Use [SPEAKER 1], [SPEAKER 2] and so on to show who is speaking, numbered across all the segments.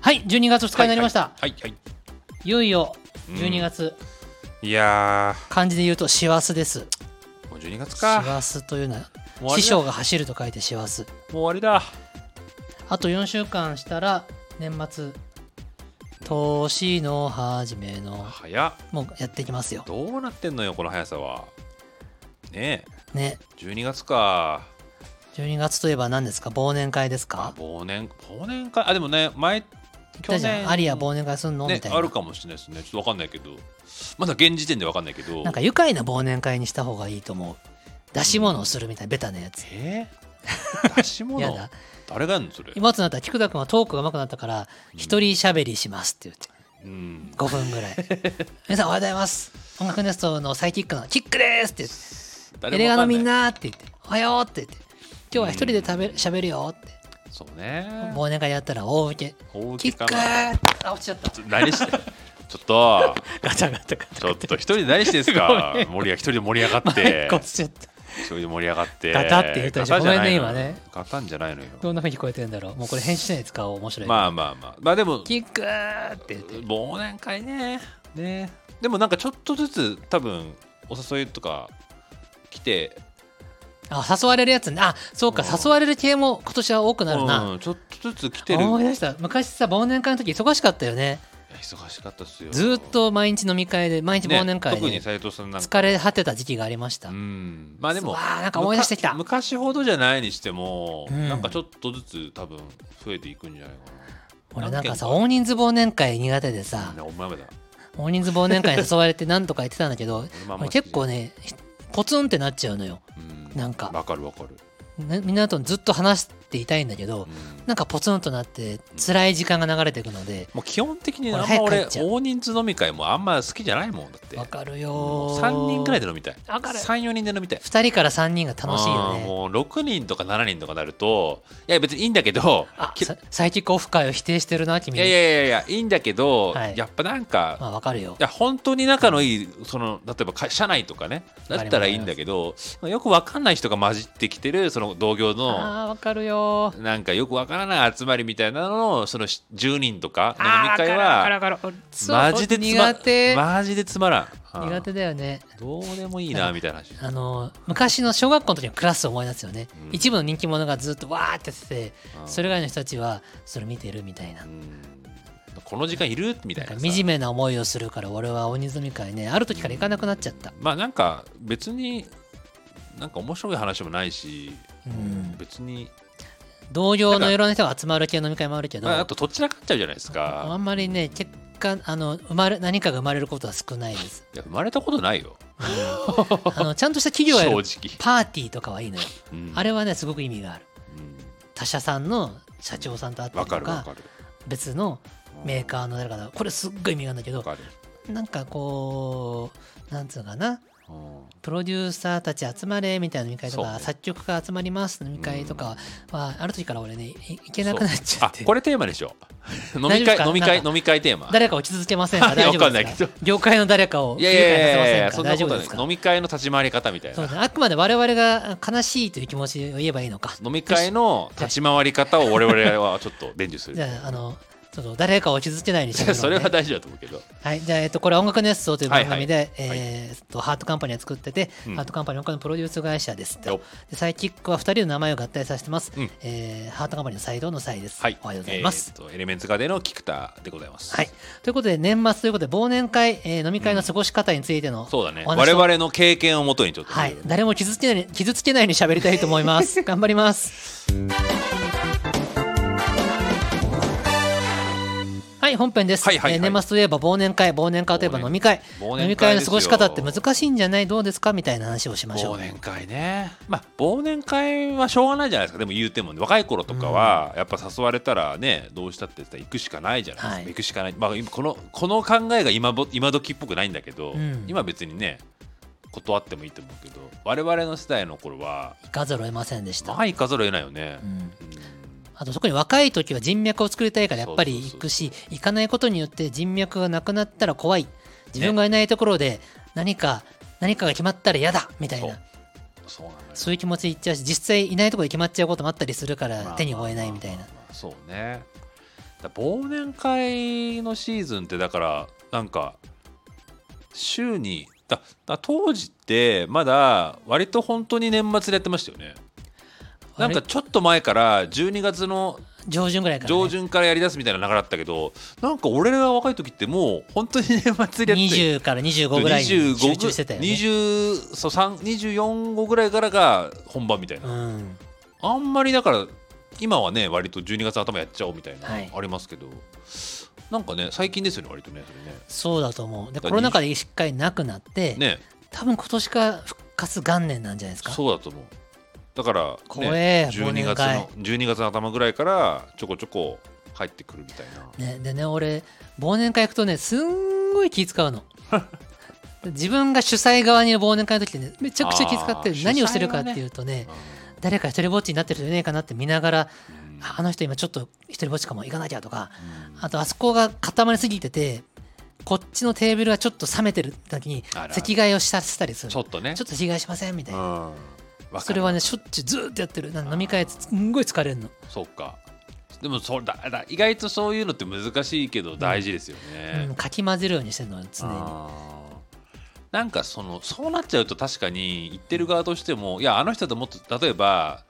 [SPEAKER 1] はい12月2日になりました、
[SPEAKER 2] はいはい、はい
[SPEAKER 1] よいよ12月、
[SPEAKER 2] い、いや
[SPEAKER 1] 漢字で言うと師走です
[SPEAKER 2] ーもう12月
[SPEAKER 1] 師
[SPEAKER 2] か
[SPEAKER 1] 走というのは
[SPEAKER 2] もう終わりだ
[SPEAKER 1] 師匠が走ると書いて師走
[SPEAKER 2] もう終わりだ
[SPEAKER 1] あと4週間したら年末年の初めの
[SPEAKER 2] 早っ
[SPEAKER 1] もうやっていきますよ
[SPEAKER 2] どうなってんのよこの速さはねえ
[SPEAKER 1] ね
[SPEAKER 2] 12月か
[SPEAKER 1] 12月といえば何ですか忘年会です
[SPEAKER 2] あ
[SPEAKER 1] か
[SPEAKER 2] 忘年忘年会あでもね前去
[SPEAKER 1] 去年
[SPEAKER 2] 年
[SPEAKER 1] アリア忘年会すんの、み
[SPEAKER 2] ね
[SPEAKER 1] たいな
[SPEAKER 2] あるかもしれないですねちょっと分かんないけどまだ現時点で分かんないけど
[SPEAKER 1] なんか愉快な忘年会にした方がいいと思う出し物をするみたいなベタなやつ
[SPEAKER 2] えー出し
[SPEAKER 1] や
[SPEAKER 2] 物
[SPEAKER 1] だ
[SPEAKER 2] 誰がやんのそれ
[SPEAKER 1] 今となったら菊田君はトークが上手くなったから一人喋りしますって言って
[SPEAKER 2] うん
[SPEAKER 1] 5分ぐらい 皆さんおはようございます音楽ネストのサイキックのキックですって言って
[SPEAKER 2] 誰
[SPEAKER 1] エ
[SPEAKER 2] も
[SPEAKER 1] レ
[SPEAKER 2] わ
[SPEAKER 1] ガの
[SPEAKER 2] かんない
[SPEAKER 1] みんなって言っておはようって言って今日は一人で食べ喋るよって
[SPEAKER 2] そうね
[SPEAKER 1] 忘年会やったら大受け
[SPEAKER 2] 大
[SPEAKER 1] キ
[SPEAKER 2] 受
[SPEAKER 1] ッ
[SPEAKER 2] けか
[SPEAKER 1] ク
[SPEAKER 2] な
[SPEAKER 1] あ落ちちゃった
[SPEAKER 2] 何して ちょっと
[SPEAKER 1] ガチャガチャガチ
[SPEAKER 2] ちょっと一人で何してんす か盛り上一人で盛り上がっ
[SPEAKER 1] ャ
[SPEAKER 2] て
[SPEAKER 1] 落ちちゃった
[SPEAKER 2] 一人で盛り上がって
[SPEAKER 1] ガタって言ったでしょ
[SPEAKER 2] ガタじゃないの
[SPEAKER 1] ごめんね今ね
[SPEAKER 2] ガタンじゃないのよ
[SPEAKER 1] どんなふうに聞こえてるんだろうもうこれ編集しないで使おう面白い、
[SPEAKER 2] まあまあまあまあでも
[SPEAKER 1] キックって言って
[SPEAKER 2] 忘年会ねねでもなんかちょっとずつ多分お誘いとか来て
[SPEAKER 1] あ誘われるやつねあそうか
[SPEAKER 2] うん
[SPEAKER 1] 誘われる系も今年は多くなるな、
[SPEAKER 2] うん、ちょっとずつ来てる
[SPEAKER 1] 思い出した昔さ忘年会の時忙しかったよね
[SPEAKER 2] 忙しかったっすよ
[SPEAKER 1] ずーっと毎日飲み会で毎日忘年会
[SPEAKER 2] ね、特に
[SPEAKER 1] で
[SPEAKER 2] 斉藤さんなんか
[SPEAKER 1] 疲れ果てた時期がありました、
[SPEAKER 2] うんまあでも
[SPEAKER 1] わあなんか思い出してきた
[SPEAKER 2] むか昔ほどじゃないにしても、
[SPEAKER 1] うん
[SPEAKER 2] なんかちょっとずつ多分増えていくんじゃないか
[SPEAKER 1] 俺なんかさ
[SPEAKER 2] 何件
[SPEAKER 1] 大人数忘年会苦手で
[SPEAKER 2] な
[SPEAKER 1] さ
[SPEAKER 2] みんなお前まだ
[SPEAKER 1] 大人数忘年会に誘われて何とか言ってたんだけど
[SPEAKER 2] 俺もあんま
[SPEAKER 1] 俺
[SPEAKER 2] 好きじゃ
[SPEAKER 1] 結構ねポツンってなっちゃうのよ
[SPEAKER 2] うん
[SPEAKER 1] なんか
[SPEAKER 2] わかるわかる、
[SPEAKER 1] ねみんなとずっと話していたいんだけど
[SPEAKER 2] うん
[SPEAKER 1] なんかポツンとなって辛い時間が流れていくので
[SPEAKER 2] もう基本的に
[SPEAKER 1] 俺
[SPEAKER 2] あん
[SPEAKER 1] 早
[SPEAKER 2] ま
[SPEAKER 1] く帰
[SPEAKER 2] 俺
[SPEAKER 1] っちゃう
[SPEAKER 2] 大人数飲み会もあんま好きじゃないもんだって
[SPEAKER 1] わかるよー
[SPEAKER 2] 3人くらいで飲みたい
[SPEAKER 1] わかる
[SPEAKER 2] 34人で飲みたい
[SPEAKER 1] 2人から3人が楽しいよ
[SPEAKER 2] うん
[SPEAKER 1] ね
[SPEAKER 2] もう6人とか7人とかなるといや別にいいんだけど
[SPEAKER 1] あ
[SPEAKER 2] き
[SPEAKER 1] さサイキックオフ会を否定してるな君
[SPEAKER 2] いやいやいやいやいいんだけど、
[SPEAKER 1] はい
[SPEAKER 2] やっぱなんか、
[SPEAKER 1] まあわかるよ
[SPEAKER 2] いや本当に仲のいいその例えば会社内とかねだったらいいんだけどよくわかんない人が混じってきてるその同業の
[SPEAKER 1] あーわかるよー
[SPEAKER 2] なんかよくわからない集まりみたいなのをそのし10人とかの飲み会
[SPEAKER 1] あーわ
[SPEAKER 2] は
[SPEAKER 1] かるわかるわかるそう
[SPEAKER 2] マジでつま
[SPEAKER 1] 苦手
[SPEAKER 2] マジでつまらんうん
[SPEAKER 1] 苦手だよね
[SPEAKER 2] どうでもいいなみたいな話
[SPEAKER 1] あの昔の小学校の時のクラスを思い出すよね、
[SPEAKER 2] うん
[SPEAKER 1] 一部の人気者がずっとわーってやってて、
[SPEAKER 2] うん
[SPEAKER 1] それ以外の人たちはそれ見てるみたいな,、
[SPEAKER 2] うんこの時間いるみた
[SPEAKER 1] ないんか
[SPEAKER 2] な
[SPEAKER 1] 惨めな思いをするから俺は鬼み会ねある時から行かなくなっちゃった、
[SPEAKER 2] まあなんか別になんか面白い話もないし、
[SPEAKER 1] うん
[SPEAKER 2] 別に、
[SPEAKER 1] 同僚のいろんな人が集まる系の飲み会もあるけど
[SPEAKER 2] まあ、あとどちらかっちゃうじゃないです
[SPEAKER 1] あ
[SPEAKER 2] か
[SPEAKER 1] んまりね結果あの生まれ何かが生まれることは少ないです
[SPEAKER 2] いや生まれたことないよ
[SPEAKER 1] あのちゃんとした企業
[SPEAKER 2] 正
[SPEAKER 1] やる
[SPEAKER 2] 直、
[SPEAKER 1] パーティーとかはいいのよ
[SPEAKER 2] うん
[SPEAKER 1] あれはねすごく意味がある
[SPEAKER 2] うん
[SPEAKER 1] 他社さんの社長さんと会った
[SPEAKER 2] わ
[SPEAKER 1] り
[SPEAKER 2] か
[SPEAKER 1] と
[SPEAKER 2] るわ
[SPEAKER 1] か
[SPEAKER 2] かる
[SPEAKER 1] 別のメーカーの誰かだこれすっごい意味があるんだけど
[SPEAKER 2] わかる、
[SPEAKER 1] なんかこうなんつうのかな
[SPEAKER 2] うん
[SPEAKER 1] プロデューサーたち集まれみたいな飲み会と
[SPEAKER 2] そう
[SPEAKER 1] か、
[SPEAKER 2] ね
[SPEAKER 1] 作曲家集まります飲み会とかはある時から俺ねい行けなくなっちゃ
[SPEAKER 2] あ
[SPEAKER 1] って
[SPEAKER 2] これテーマでし ょ飲
[SPEAKER 1] 大
[SPEAKER 2] み
[SPEAKER 1] 丈夫です
[SPEAKER 2] 会
[SPEAKER 1] か
[SPEAKER 2] 飲み
[SPEAKER 1] なん
[SPEAKER 2] 会
[SPEAKER 1] か
[SPEAKER 2] 飲み会テーマ
[SPEAKER 1] 誰かを落ち続けませんか
[SPEAKER 2] はい
[SPEAKER 1] 大丈
[SPEAKER 2] わか
[SPEAKER 1] 夫
[SPEAKER 2] んない
[SPEAKER 1] です
[SPEAKER 2] け
[SPEAKER 1] か
[SPEAKER 2] ど
[SPEAKER 1] 業界の誰かを
[SPEAKER 2] いやいやいやいやいや
[SPEAKER 1] 不
[SPEAKER 2] そん
[SPEAKER 1] 愉快
[SPEAKER 2] な
[SPEAKER 1] にさせませんか大丈
[SPEAKER 2] こ
[SPEAKER 1] 夫
[SPEAKER 2] とな
[SPEAKER 1] で
[SPEAKER 2] い
[SPEAKER 1] すか
[SPEAKER 2] 飲み会の立ち回り方みたい
[SPEAKER 1] そうです
[SPEAKER 2] な
[SPEAKER 1] ねあくまで我々が悲しいという気持ちを言えばいいのか
[SPEAKER 2] 飲み会の立ち回り方を我々はちょっと伝授する
[SPEAKER 1] じゃああのちょっと誰かを傷つけないようにしましょう、ね、
[SPEAKER 2] それは大事だと思う けど
[SPEAKER 1] はい、じゃあ、えっと、これは音楽熱奏という番組で、
[SPEAKER 2] はいはい
[SPEAKER 1] えーっと、ハートカンパニーを作ってて、
[SPEAKER 2] うん
[SPEAKER 1] ハートカンパニーの他のプロデュース会社ですと
[SPEAKER 2] よ
[SPEAKER 1] で、サイキックは2人の名前を合体させてます。
[SPEAKER 2] うん
[SPEAKER 1] えーハートカンパニーのサイドのサイです。
[SPEAKER 2] はい
[SPEAKER 1] おはようございます。
[SPEAKER 2] えーとエレメンツガーデンの菊田でございます
[SPEAKER 1] はい、ということで、年末ということで、忘年会、えー飲み会の過ごし方についての、
[SPEAKER 2] そうだね
[SPEAKER 1] お話
[SPEAKER 2] 我
[SPEAKER 1] を
[SPEAKER 2] 々の経験をもとにちょっとね、
[SPEAKER 1] はい、誰も傷つけない傷つけないように喋りたいと思います。頑張ります。はい、本編です。
[SPEAKER 2] はいはいはい
[SPEAKER 1] えー年末といえば忘年会、忘年会といえば飲み会。
[SPEAKER 2] 忘年忘
[SPEAKER 1] 飲
[SPEAKER 2] 年
[SPEAKER 1] み
[SPEAKER 2] 会
[SPEAKER 1] 会
[SPEAKER 2] で
[SPEAKER 1] の
[SPEAKER 2] す
[SPEAKER 1] 過
[SPEAKER 2] よ
[SPEAKER 1] ごし方って難しいんじゃないどうですかみたいな話をしましょ
[SPEAKER 2] 忘
[SPEAKER 1] う。
[SPEAKER 2] 年会ねまあ忘年会はしょうがないじゃないですかでも言うても、ね、若い頃とかはやっぱ誘われたらねどうしたって言ったら行くしかないじゃないです
[SPEAKER 1] は
[SPEAKER 2] か、
[SPEAKER 1] い
[SPEAKER 2] 行くしかない、まあ、今このこの考えが今ぼ今時っぽくないんだけど、
[SPEAKER 1] うん
[SPEAKER 2] 今別にね断ってもいいと思うけど我々の世代の頃は
[SPEAKER 1] 行かざるを得ませんでした。
[SPEAKER 2] まあ行かざるを得ないよね
[SPEAKER 1] う、んあと特に若い時は人脈を作りたいからやっぱり行くし行かないことによって人脈がなくなったら怖い自分がいないところで何か、何かが決まったら嫌だみたい
[SPEAKER 2] そ
[SPEAKER 1] な
[SPEAKER 2] うそうなのよ
[SPEAKER 1] そういう気持ちで言っちゃうし実際いないところで決まっちゃうこともあったりするか
[SPEAKER 2] ま
[SPEAKER 1] ら
[SPEAKER 2] あ
[SPEAKER 1] 手に負えないみたいな
[SPEAKER 2] まあまあまあそうねだ忘年会のシーズンってだからなんか週にだだ当時ってまだ割と本当に年末でやってましたよねなんかちょっと前から12月の
[SPEAKER 1] 上旬ぐらいから、ね、
[SPEAKER 2] 上旬からやりだすみたいな流れだったけどなんか俺が若い時ってもう本当に年末でやって
[SPEAKER 1] 20から25ぐらいに集中してたよね
[SPEAKER 2] 20そう3 24号ぐらいからが本番みたいな、
[SPEAKER 1] うん、
[SPEAKER 2] あんまりだから今はね割と12月頭やっちゃおうみたいな、
[SPEAKER 1] はい
[SPEAKER 2] ありますけどなんかね最近ですよね割とねそ
[SPEAKER 1] そうだと思うで
[SPEAKER 2] だから
[SPEAKER 1] コロナ禍でしっかりなくなって、
[SPEAKER 2] れねね
[SPEAKER 1] 多分今年から復活元年なんじゃないですか
[SPEAKER 2] そうだと思うだから、
[SPEAKER 1] 怖え
[SPEAKER 2] ね、
[SPEAKER 1] 忘
[SPEAKER 2] 12
[SPEAKER 1] 年
[SPEAKER 2] 月
[SPEAKER 1] 会
[SPEAKER 2] の12月の頭ぐらいからちょこちょこ入ってくるみたいな、
[SPEAKER 1] ね、でね俺忘年会行くとねすんごい気使う の自分が主催側にいる忘年会の時ってねめちゃくちゃ気使って
[SPEAKER 2] あー
[SPEAKER 1] 何をしてるかっていうとね誰か一人ぼっちになってる人いないかなって見ながら
[SPEAKER 2] うん
[SPEAKER 1] ああの人今ちょっと一人ぼっちかも行かなきゃとか
[SPEAKER 2] うん
[SPEAKER 1] あとあそこが固まりすぎててこっちのテーブルがちょっと冷めてる時に
[SPEAKER 2] あら
[SPEAKER 1] 席替えをしたせたりする
[SPEAKER 2] ちょっとね
[SPEAKER 1] ちょっと席替えしませんみたいな
[SPEAKER 2] うんわかる
[SPEAKER 1] それはねしょっちゅうずーっとやってるなんか飲み会すんごい疲れるの
[SPEAKER 2] そうかでもそうだだ意外とそういうのって難しいけど大事ですよね、
[SPEAKER 1] うんかき混ぜるようにしてるの常に
[SPEAKER 2] あーなんかそのそうなっちゃうと確かに言ってる側としてもいやあの人ともっと例えば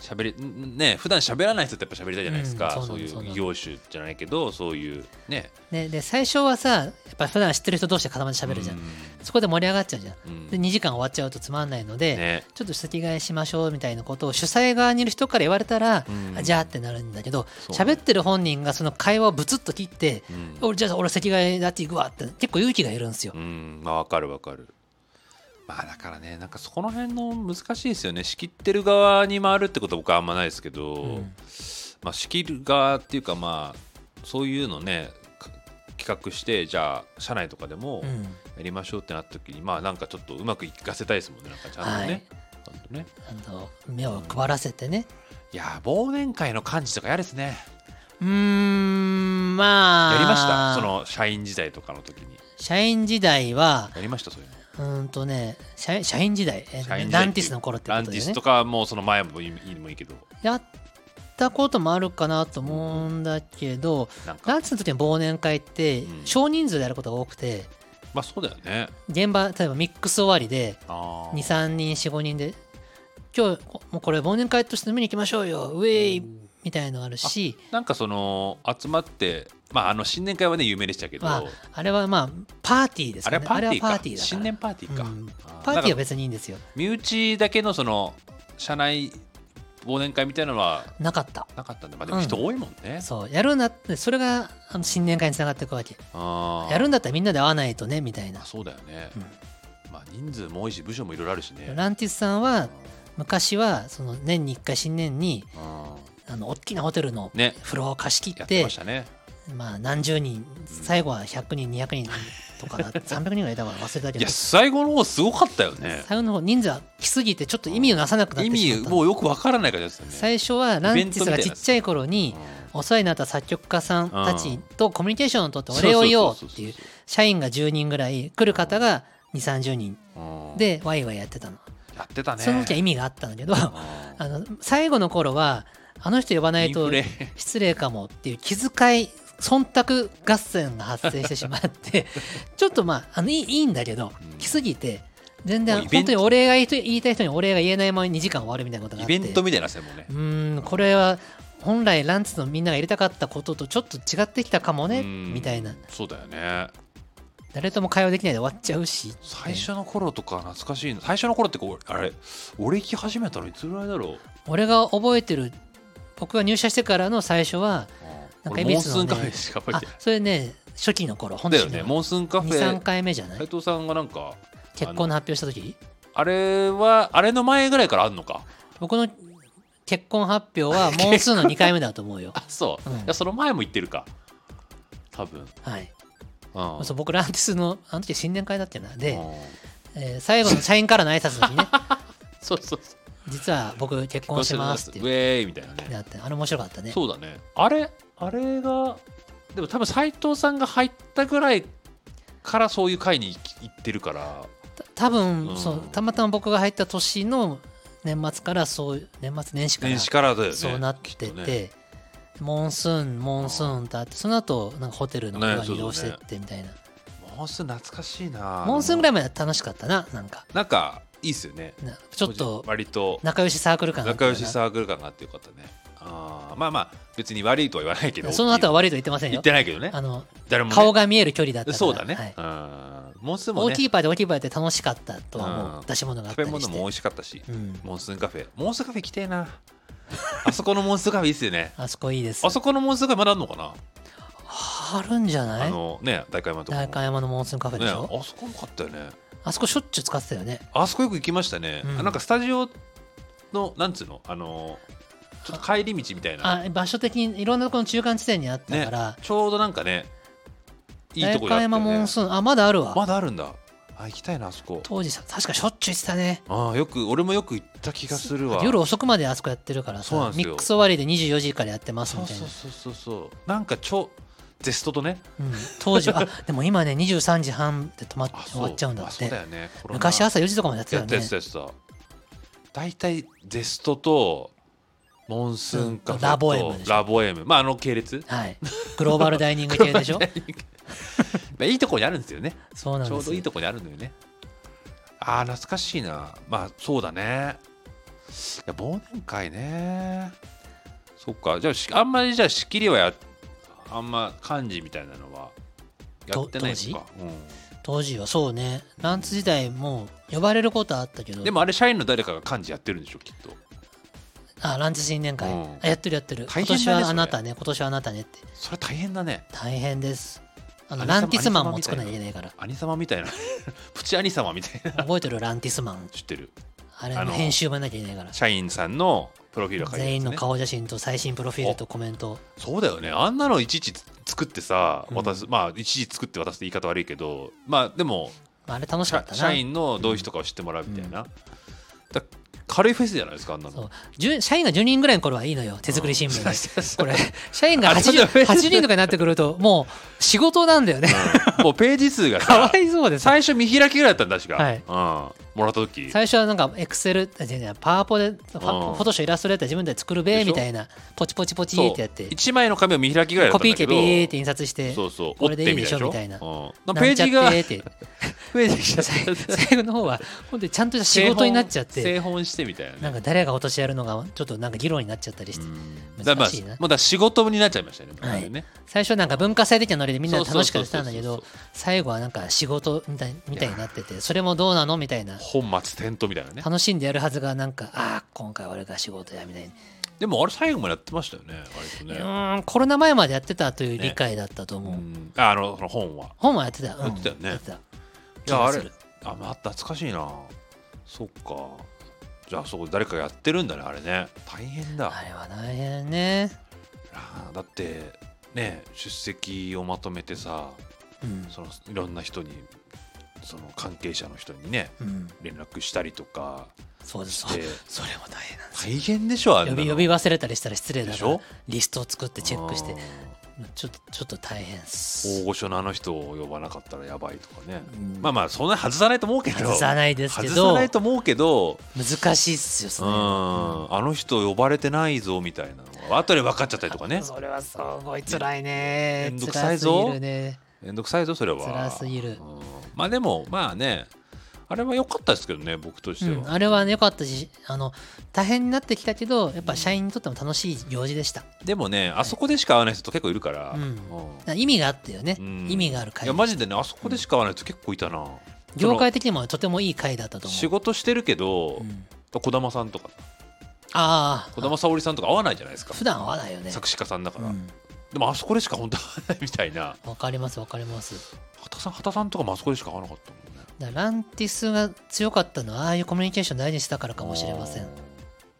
[SPEAKER 2] 喋りんね普段喋らない人ってやっぱ喋りたいじゃないですか、
[SPEAKER 1] うんそ
[SPEAKER 2] そうう
[SPEAKER 1] なのそうないの
[SPEAKER 2] う業種じゃないけどそういうね
[SPEAKER 1] ね、で最初はさやっぱ普段知ってる人同士で固まって喋るじゃん、そこで盛り上がっちゃうじゃん、
[SPEAKER 2] うん
[SPEAKER 1] で2時間終わっちゃうとつまんないので、
[SPEAKER 2] ね
[SPEAKER 1] ちょっと席替えしましょうみたいなことを主催側にいる人から言われたら、
[SPEAKER 2] うん
[SPEAKER 1] あじゃあってなるんだけど
[SPEAKER 2] そう
[SPEAKER 1] 喋ってる本人がその会話をブツッと切って、
[SPEAKER 2] うん
[SPEAKER 1] 俺じゃあ俺席替えだって行くわって結構勇気がいるんですよ、
[SPEAKER 2] うんまあわかるわかるまあだからねなんかそこの辺の難しいですよね仕切ってる側に回るってことは僕はあんまないですけど、
[SPEAKER 1] うん
[SPEAKER 2] まあ、仕切る側っていうかまあそういうのねか企画してじゃあ社内とかでも
[SPEAKER 1] うん
[SPEAKER 2] やりましょうってなった時に、まあなんかちょっとうまくいかせたいですもんねなんかちゃんと
[SPEAKER 1] は
[SPEAKER 2] ね。
[SPEAKER 1] い
[SPEAKER 2] ちゃんとね
[SPEAKER 1] あの目を配らせてね
[SPEAKER 2] いやー忘年会の幹事とか嫌ですね
[SPEAKER 1] うーんまあ
[SPEAKER 2] やりましたその社員時代とかの時に
[SPEAKER 1] 社員時代は
[SPEAKER 2] やりましたそういうの
[SPEAKER 1] うーんとね社社員時代え
[SPEAKER 2] 社員時代っていう
[SPEAKER 1] ランティスの頃ってこ
[SPEAKER 2] ラ
[SPEAKER 1] と
[SPEAKER 2] ン
[SPEAKER 1] で
[SPEAKER 2] テ
[SPEAKER 1] ね
[SPEAKER 2] ィスとかもうその前もいいもいいけど
[SPEAKER 1] やったこともあるかなと思うんだけど、
[SPEAKER 2] なんか
[SPEAKER 1] ランチの時の忘年会って
[SPEAKER 2] うん
[SPEAKER 1] 少人数でやることが多くて
[SPEAKER 2] まあそうだよね
[SPEAKER 1] 現場例えばミックス終わりで
[SPEAKER 2] あー
[SPEAKER 1] 23人45人で今日こもうこれ忘年会として飲みに行きましょうよウェイみたいのあるし
[SPEAKER 2] なんかその集まってまああの新年会はね有名でしたけど、
[SPEAKER 1] まああれはまあパーティーです
[SPEAKER 2] あ
[SPEAKER 1] かね
[SPEAKER 2] れはパーティーか
[SPEAKER 1] あれはパーティーだから
[SPEAKER 2] 新年パーティーか、
[SPEAKER 1] うん
[SPEAKER 2] あー
[SPEAKER 1] パーティーは
[SPEAKER 2] なんか
[SPEAKER 1] 別にいいんですよ
[SPEAKER 2] 身内だけのその社内忘年会みたいなのは
[SPEAKER 1] なかった
[SPEAKER 2] なかったんでまあでも人多いもんね、
[SPEAKER 1] そうやるなってそれがあの新年会につながっていくわけ
[SPEAKER 2] あー
[SPEAKER 1] やるんだったらみんなで会わないとねみたいな
[SPEAKER 2] あそうだよね、まあ人数も多いし部署もいろいろあるしね
[SPEAKER 1] ランティスさんは昔はその年に1回新年に
[SPEAKER 2] うん
[SPEAKER 1] あの大きなホテルの
[SPEAKER 2] ね
[SPEAKER 1] 風呂を貸し切
[SPEAKER 2] や
[SPEAKER 1] っ,、
[SPEAKER 2] っててましたね
[SPEAKER 1] まあ、何十人最後は100人200人とかだ 300人ぐらいいたから忘れたけ
[SPEAKER 2] い
[SPEAKER 1] ど
[SPEAKER 2] や最後の方すごかったよね
[SPEAKER 1] 最後の方人数が来すぎてちょっと意味をなさなくなっ
[SPEAKER 2] 意
[SPEAKER 1] てしま
[SPEAKER 2] 味
[SPEAKER 1] った
[SPEAKER 2] もうよくわからない感じですよね
[SPEAKER 1] 最初はランティスがちっちゃい頃に
[SPEAKER 2] うん
[SPEAKER 1] お世話になった作曲家さんたちとコミュニケーションを取って
[SPEAKER 2] そ
[SPEAKER 1] お
[SPEAKER 2] うそう
[SPEAKER 1] 礼を
[SPEAKER 2] そ
[SPEAKER 1] 言お
[SPEAKER 2] うそう
[SPEAKER 1] うっていう社員が10人ぐらい来る方が2 3 0人
[SPEAKER 2] うん
[SPEAKER 1] でワイワイやってたの、
[SPEAKER 2] やってたね
[SPEAKER 1] その時は意味があったんだけど あ
[SPEAKER 2] うん
[SPEAKER 1] の最後の頃はあの人呼ばない
[SPEAKER 2] イン
[SPEAKER 1] と
[SPEAKER 2] フレ
[SPEAKER 1] 失礼かもっていう気遣い忖度合戦が発生してしまって ちょっとまああのいいいいんだけど
[SPEAKER 2] うん
[SPEAKER 1] 来すぎて全
[SPEAKER 2] も
[SPEAKER 1] 然
[SPEAKER 2] うイベン
[SPEAKER 1] 本当
[SPEAKER 2] ト
[SPEAKER 1] にお礼が言いたい言いたい人にお礼が言えないまま2時間終わるみたいなことがあ
[SPEAKER 2] イ
[SPEAKER 1] って
[SPEAKER 2] ベントみたいなせもうね
[SPEAKER 1] うーんこれは本来ランツのみんながやりたかったこととちょっと違ってきたかもね
[SPEAKER 2] うん
[SPEAKER 1] みたいな
[SPEAKER 2] そうだよね
[SPEAKER 1] 誰とも会話できないで終わっちゃうし
[SPEAKER 2] 最初の頃とか懐かしいの最初の頃ってこうあれ俺行き始めたのいつぐらいだろう
[SPEAKER 1] 俺が覚えてる僕が入社してからの最初はなんか
[SPEAKER 2] 俺
[SPEAKER 1] 恵比
[SPEAKER 2] モン
[SPEAKER 1] 寿
[SPEAKER 2] ス
[SPEAKER 1] のね
[SPEAKER 2] ーンカフェしか覚え
[SPEAKER 1] あ
[SPEAKER 2] てない
[SPEAKER 1] それね初期の頃本
[SPEAKER 2] だ
[SPEAKER 1] 当
[SPEAKER 2] よ
[SPEAKER 1] に
[SPEAKER 2] ねモンスーンカフ
[SPEAKER 1] 23
[SPEAKER 2] ェ
[SPEAKER 1] 回目じゃな
[SPEAKER 2] 斉
[SPEAKER 1] い
[SPEAKER 2] 藤さんがなんか
[SPEAKER 1] 結婚の発表した時
[SPEAKER 2] あれはあれの前ぐらいからあんのか
[SPEAKER 1] 僕の結婚発表はモンスーンの2回目だと思うよ
[SPEAKER 2] あ。そう、
[SPEAKER 1] うん
[SPEAKER 2] いやその前も行ってるか多分、
[SPEAKER 1] はい、
[SPEAKER 2] うん
[SPEAKER 1] そう僕ランティスのあの時新年会だってな
[SPEAKER 2] う
[SPEAKER 1] で、
[SPEAKER 2] ん
[SPEAKER 1] えー最後の社員からの挨拶の時 ね
[SPEAKER 2] そうそうそう
[SPEAKER 1] 実は僕結婚してますって
[SPEAKER 2] ウ
[SPEAKER 1] 言っ
[SPEAKER 2] ェーイみたいな
[SPEAKER 1] て
[SPEAKER 2] ね
[SPEAKER 1] あってあれ面白かったね
[SPEAKER 2] そうだねあれあれがでも多分斉藤さんが入ったぐらいからそういう会に行き行ってるから
[SPEAKER 1] た多分、
[SPEAKER 2] うん
[SPEAKER 1] そうたまたま僕が入った年の年末からそういう年末年始から
[SPEAKER 2] 年始からだよね
[SPEAKER 1] そうなって
[SPEAKER 2] き
[SPEAKER 1] て、
[SPEAKER 2] っとね
[SPEAKER 1] モンスーンモンスーンってあってその後なんかホテルの
[SPEAKER 2] ね
[SPEAKER 1] 方に移動し
[SPEAKER 2] そ
[SPEAKER 1] て
[SPEAKER 2] うだ
[SPEAKER 1] っ
[SPEAKER 2] ね
[SPEAKER 1] てみたいな、
[SPEAKER 2] モンスーン懐かしいな
[SPEAKER 1] モンスーンぐらいまで楽しかったななんか
[SPEAKER 2] なんかいいっすよね
[SPEAKER 1] なちょっと
[SPEAKER 2] 割と
[SPEAKER 1] 仲良しサークル感あった
[SPEAKER 2] 仲
[SPEAKER 1] よ
[SPEAKER 2] 良
[SPEAKER 1] な
[SPEAKER 2] しサークル感があってよかったねあーまあまあ別に悪いとは言わないけど
[SPEAKER 1] その後は
[SPEAKER 2] は
[SPEAKER 1] 悪いと言ってません
[SPEAKER 2] 言
[SPEAKER 1] よ
[SPEAKER 2] ってないけどね
[SPEAKER 1] あの
[SPEAKER 2] 誰もね
[SPEAKER 1] 顔が見える距離だったから
[SPEAKER 2] そうだね、
[SPEAKER 1] はい
[SPEAKER 2] うんモンスーンも
[SPEAKER 1] 大
[SPEAKER 2] ね
[SPEAKER 1] きいパイで大きいパイで楽しかったとは思う、
[SPEAKER 2] うん
[SPEAKER 1] 出し物があった
[SPEAKER 2] 食べ
[SPEAKER 1] りして
[SPEAKER 2] 物も美味しかったし、
[SPEAKER 1] うん、
[SPEAKER 2] モンスーンカフェモンスーンカフェ来てえなあそこのモンスーンカフェいいっすよね
[SPEAKER 1] あそこいいです
[SPEAKER 2] あそこのモンスーンカフェまだあんのかな
[SPEAKER 1] あるんじゃな
[SPEAKER 2] あ
[SPEAKER 1] い
[SPEAKER 2] のね大会山のとこ
[SPEAKER 1] 代官山のモンスーンカフェで
[SPEAKER 2] ね
[SPEAKER 1] し
[SPEAKER 2] あ
[SPEAKER 1] ょ、
[SPEAKER 2] そこもかったよね
[SPEAKER 1] あそこしょっちゅう使ってたよね
[SPEAKER 2] あそこよく行きましたね、
[SPEAKER 1] うん
[SPEAKER 2] あなんかスタジオのなんつうのあのちょっと帰り道みたいな
[SPEAKER 1] あ場所的にいろんなところの中間地点にあった
[SPEAKER 2] ね
[SPEAKER 1] から、
[SPEAKER 2] ちょうどなんかねいいと
[SPEAKER 1] 代官
[SPEAKER 2] こだったよ
[SPEAKER 1] 山モ
[SPEAKER 2] ね
[SPEAKER 1] ンスーンあまだあるわ、
[SPEAKER 2] まだあるんだあ行きたいなあそこ
[SPEAKER 1] 当時さ確かしょっちゅう行ってたね
[SPEAKER 2] あーよく俺もよく行った気がするわ
[SPEAKER 1] 夜遅くまであそこやってるから
[SPEAKER 2] そうな
[SPEAKER 1] さ
[SPEAKER 2] んで
[SPEAKER 1] ミ
[SPEAKER 2] すよ
[SPEAKER 1] ックス終わりで24時からやってます
[SPEAKER 2] そ
[SPEAKER 1] み
[SPEAKER 2] う
[SPEAKER 1] たい
[SPEAKER 2] そ
[SPEAKER 1] な
[SPEAKER 2] うそうそうそうなんかちょゼストとね
[SPEAKER 1] うん当時あでも今ね23時半で止まっ
[SPEAKER 2] あ
[SPEAKER 1] 終わっちゃうんだ
[SPEAKER 2] あ
[SPEAKER 1] っ
[SPEAKER 2] そ
[SPEAKER 1] て
[SPEAKER 2] うだよねコロナ
[SPEAKER 1] 昔朝4時とかまでやって
[SPEAKER 2] や
[SPEAKER 1] たよ
[SPEAKER 2] ったや
[SPEAKER 1] ね
[SPEAKER 2] つやつだ大体ゼストとモンスーンカ
[SPEAKER 1] う
[SPEAKER 2] フェと
[SPEAKER 1] んラボエムでしょ
[SPEAKER 2] ラボエムまああの系列
[SPEAKER 1] はいグローバルダイニング系でし ょ
[SPEAKER 2] まあいいとこにあるんですよね
[SPEAKER 1] そうなん
[SPEAKER 2] ちょ
[SPEAKER 1] で
[SPEAKER 2] う
[SPEAKER 1] す
[SPEAKER 2] どいいとこにあるのよねあー懐かしいなまあそうだねいや忘年会ねそっかじゃあしあんまりじゃあ仕切りはやあんま幹事みたいなのはやってないですか、
[SPEAKER 1] 当時はそうねランツ時代もう呼ばれることはあったけ
[SPEAKER 2] う
[SPEAKER 1] ど
[SPEAKER 2] んでもあれ社員の誰かが幹事やってるんでしょきっと
[SPEAKER 1] あランチ新年会、
[SPEAKER 2] うん
[SPEAKER 1] あやってるやってる
[SPEAKER 2] 大
[SPEAKER 1] 今
[SPEAKER 2] 変だ
[SPEAKER 1] 年
[SPEAKER 2] ね
[SPEAKER 1] はあなたね今年はあなたねって
[SPEAKER 2] それ大変だね
[SPEAKER 1] 大変ですあの
[SPEAKER 2] 兄様
[SPEAKER 1] ランティスマンも作らなきゃいけない から
[SPEAKER 2] 兄様みたいなプチ兄様みたいな
[SPEAKER 1] 覚えてるランティスマン
[SPEAKER 2] 知ってる
[SPEAKER 1] あれ
[SPEAKER 2] あ
[SPEAKER 1] の
[SPEAKER 2] の
[SPEAKER 1] 編集もやんなきゃいけないから
[SPEAKER 2] 社員さんのプロフィールが書いてある
[SPEAKER 1] 全員
[SPEAKER 2] んです
[SPEAKER 1] の
[SPEAKER 2] ね
[SPEAKER 1] 顔写真と最新プロフィールとコメント
[SPEAKER 2] そうだよねあんなのいちいち作ってさ
[SPEAKER 1] うん
[SPEAKER 2] 渡す、まあいちいち作って渡すって言い方悪いけどまあでも
[SPEAKER 1] あれ楽しかっ
[SPEAKER 2] 社
[SPEAKER 1] た
[SPEAKER 2] 社
[SPEAKER 1] な
[SPEAKER 2] 員の同意とかを知ってもらうみたいな、だ軽いフェスじゃないですかあんな
[SPEAKER 1] そ
[SPEAKER 2] の
[SPEAKER 1] うじゅ社員が10人ぐらいの頃はいいのよ手作り新聞で、これ社員が
[SPEAKER 2] あそうだ
[SPEAKER 1] 80,
[SPEAKER 2] よね
[SPEAKER 1] 80人とかになってくるともう仕事なんだよね
[SPEAKER 2] もうページ数が
[SPEAKER 1] か
[SPEAKER 2] さ
[SPEAKER 1] わいそうです
[SPEAKER 2] 最初見開きぐらいだったんだ確か、
[SPEAKER 1] はい
[SPEAKER 2] うん、もらった時
[SPEAKER 1] 最初はなんかエクセルパワポでパ
[SPEAKER 2] うん
[SPEAKER 1] フォトショーイラストレーター自分で作る
[SPEAKER 2] で
[SPEAKER 1] べ
[SPEAKER 2] しょ
[SPEAKER 1] みたいなポチポチポチ
[SPEAKER 2] そう
[SPEAKER 1] ってやって
[SPEAKER 2] 1枚の紙を見開きぐらいだ
[SPEAKER 1] コ
[SPEAKER 2] ったん
[SPEAKER 1] ピー
[SPEAKER 2] だ
[SPEAKER 1] 機で
[SPEAKER 2] け
[SPEAKER 1] ピ
[SPEAKER 2] ど
[SPEAKER 1] ーって印刷して
[SPEAKER 2] そうそう
[SPEAKER 1] これでいいでしょ
[SPEAKER 2] 折ってみたいな
[SPEAKER 1] みたい
[SPEAKER 2] うん、ページが
[SPEAKER 1] なんちゃって って
[SPEAKER 2] 増えてきちゃっ
[SPEAKER 1] 最
[SPEAKER 2] た
[SPEAKER 1] 最後の方は本当にちゃんとした仕事になっちゃっ
[SPEAKER 2] 製
[SPEAKER 1] て
[SPEAKER 2] 本製本してみたいなね
[SPEAKER 1] なんか誰が落としやるのがちょっとなんか議論になっちゃったりして
[SPEAKER 2] うんだか
[SPEAKER 1] 難
[SPEAKER 2] らまあ
[SPEAKER 1] しいな
[SPEAKER 2] もうだ仕事になっちゃいましたね。
[SPEAKER 1] はい
[SPEAKER 2] もうね
[SPEAKER 1] 最初なんか文化祭的なノリでみんな楽しくやってたんだけ
[SPEAKER 2] そう
[SPEAKER 1] ど
[SPEAKER 2] そうそう
[SPEAKER 1] 最後はなんか仕事みたいみたいになっててそれもどうなのみたいな
[SPEAKER 2] そう本末転倒みたいなね。
[SPEAKER 1] 楽しんでやるはずがなんかああ今回は俺が仕事やみたいな
[SPEAKER 2] でもあれ最後までやってましたよね。割と
[SPEAKER 1] う
[SPEAKER 2] ね。
[SPEAKER 1] ーんコロナ前までやってたという理解だったと思
[SPEAKER 2] う
[SPEAKER 1] う、
[SPEAKER 2] んああのその本は。
[SPEAKER 1] 本はやってた、うん
[SPEAKER 2] やってたよね
[SPEAKER 1] やってた
[SPEAKER 2] い
[SPEAKER 1] 気
[SPEAKER 2] や
[SPEAKER 1] が
[SPEAKER 2] あ
[SPEAKER 1] す
[SPEAKER 2] れ
[SPEAKER 1] る
[SPEAKER 2] あまあ懐かしいな。そっか。じゃあそこ誰かやってるんだねあれね。大変だ。
[SPEAKER 1] あれは大変ね、
[SPEAKER 2] あーだってね出席をまとめてさ
[SPEAKER 1] うん
[SPEAKER 2] そのいろんな人にその関係者の人にね
[SPEAKER 1] うん、
[SPEAKER 2] 連絡したりとか
[SPEAKER 1] そうです
[SPEAKER 2] し
[SPEAKER 1] そ
[SPEAKER 2] て
[SPEAKER 1] それも大変なんです
[SPEAKER 2] 大変でしょあんな
[SPEAKER 1] 呼
[SPEAKER 2] の
[SPEAKER 1] び呼び忘れたりしたら失礼だ
[SPEAKER 2] でし
[SPEAKER 1] から
[SPEAKER 2] ょ
[SPEAKER 1] リストを作ってチェックして
[SPEAKER 2] あー
[SPEAKER 1] ちょっとちょっと大変っ
[SPEAKER 2] 大
[SPEAKER 1] す
[SPEAKER 2] 御所のあの人を呼ばなかったらやばいとかね、
[SPEAKER 1] うん
[SPEAKER 2] まあまあそんな外さないと思うけど
[SPEAKER 1] 外さないですけど
[SPEAKER 2] 外さないと思うけど
[SPEAKER 1] 難しいっすよ
[SPEAKER 2] う
[SPEAKER 1] そ
[SPEAKER 2] ん、
[SPEAKER 1] れ、
[SPEAKER 2] あの人呼ばれてないぞみたいなのが後で分かっちゃったりとか ね
[SPEAKER 1] それはすごい辛いね
[SPEAKER 2] めんどくさ
[SPEAKER 1] 辛
[SPEAKER 2] い
[SPEAKER 1] す
[SPEAKER 2] ぞ
[SPEAKER 1] ぎるね
[SPEAKER 2] めんどくさいぞそれは
[SPEAKER 1] 辛すぎる
[SPEAKER 2] うんまあでもまあねあれは良かったですけどね僕として
[SPEAKER 1] う
[SPEAKER 2] は、
[SPEAKER 1] ん、あれはね良かったしあの大変になってきたけどやっぱ社員にとっても楽しい行事でした、
[SPEAKER 2] でもねあそこでしか会わない人と結構いるから、
[SPEAKER 1] うん
[SPEAKER 2] うん
[SPEAKER 1] だから意味があったよね、
[SPEAKER 2] うん
[SPEAKER 1] 意味がある会
[SPEAKER 2] いやマジでねあそこでしか会わない人結構いたな、
[SPEAKER 1] 業界的にもとてもいい会だったと思う
[SPEAKER 2] 仕事してるけど、
[SPEAKER 1] うん
[SPEAKER 2] 児玉さんとか
[SPEAKER 1] あ
[SPEAKER 2] 児
[SPEAKER 1] あ
[SPEAKER 2] 玉沙織さんとか会わないじゃないですか
[SPEAKER 1] 普段はだよね
[SPEAKER 2] 作詞家さんだから、
[SPEAKER 1] うん
[SPEAKER 2] でもあそこでしか本当会わないみたいな
[SPEAKER 1] わかりますわかります
[SPEAKER 2] 畑さん畑さんとかもあそこでしか会わなかったもんね
[SPEAKER 1] だからランティスが強かったのはああいうコミュニケーションを大事にしたからかもしれません
[SPEAKER 2] あ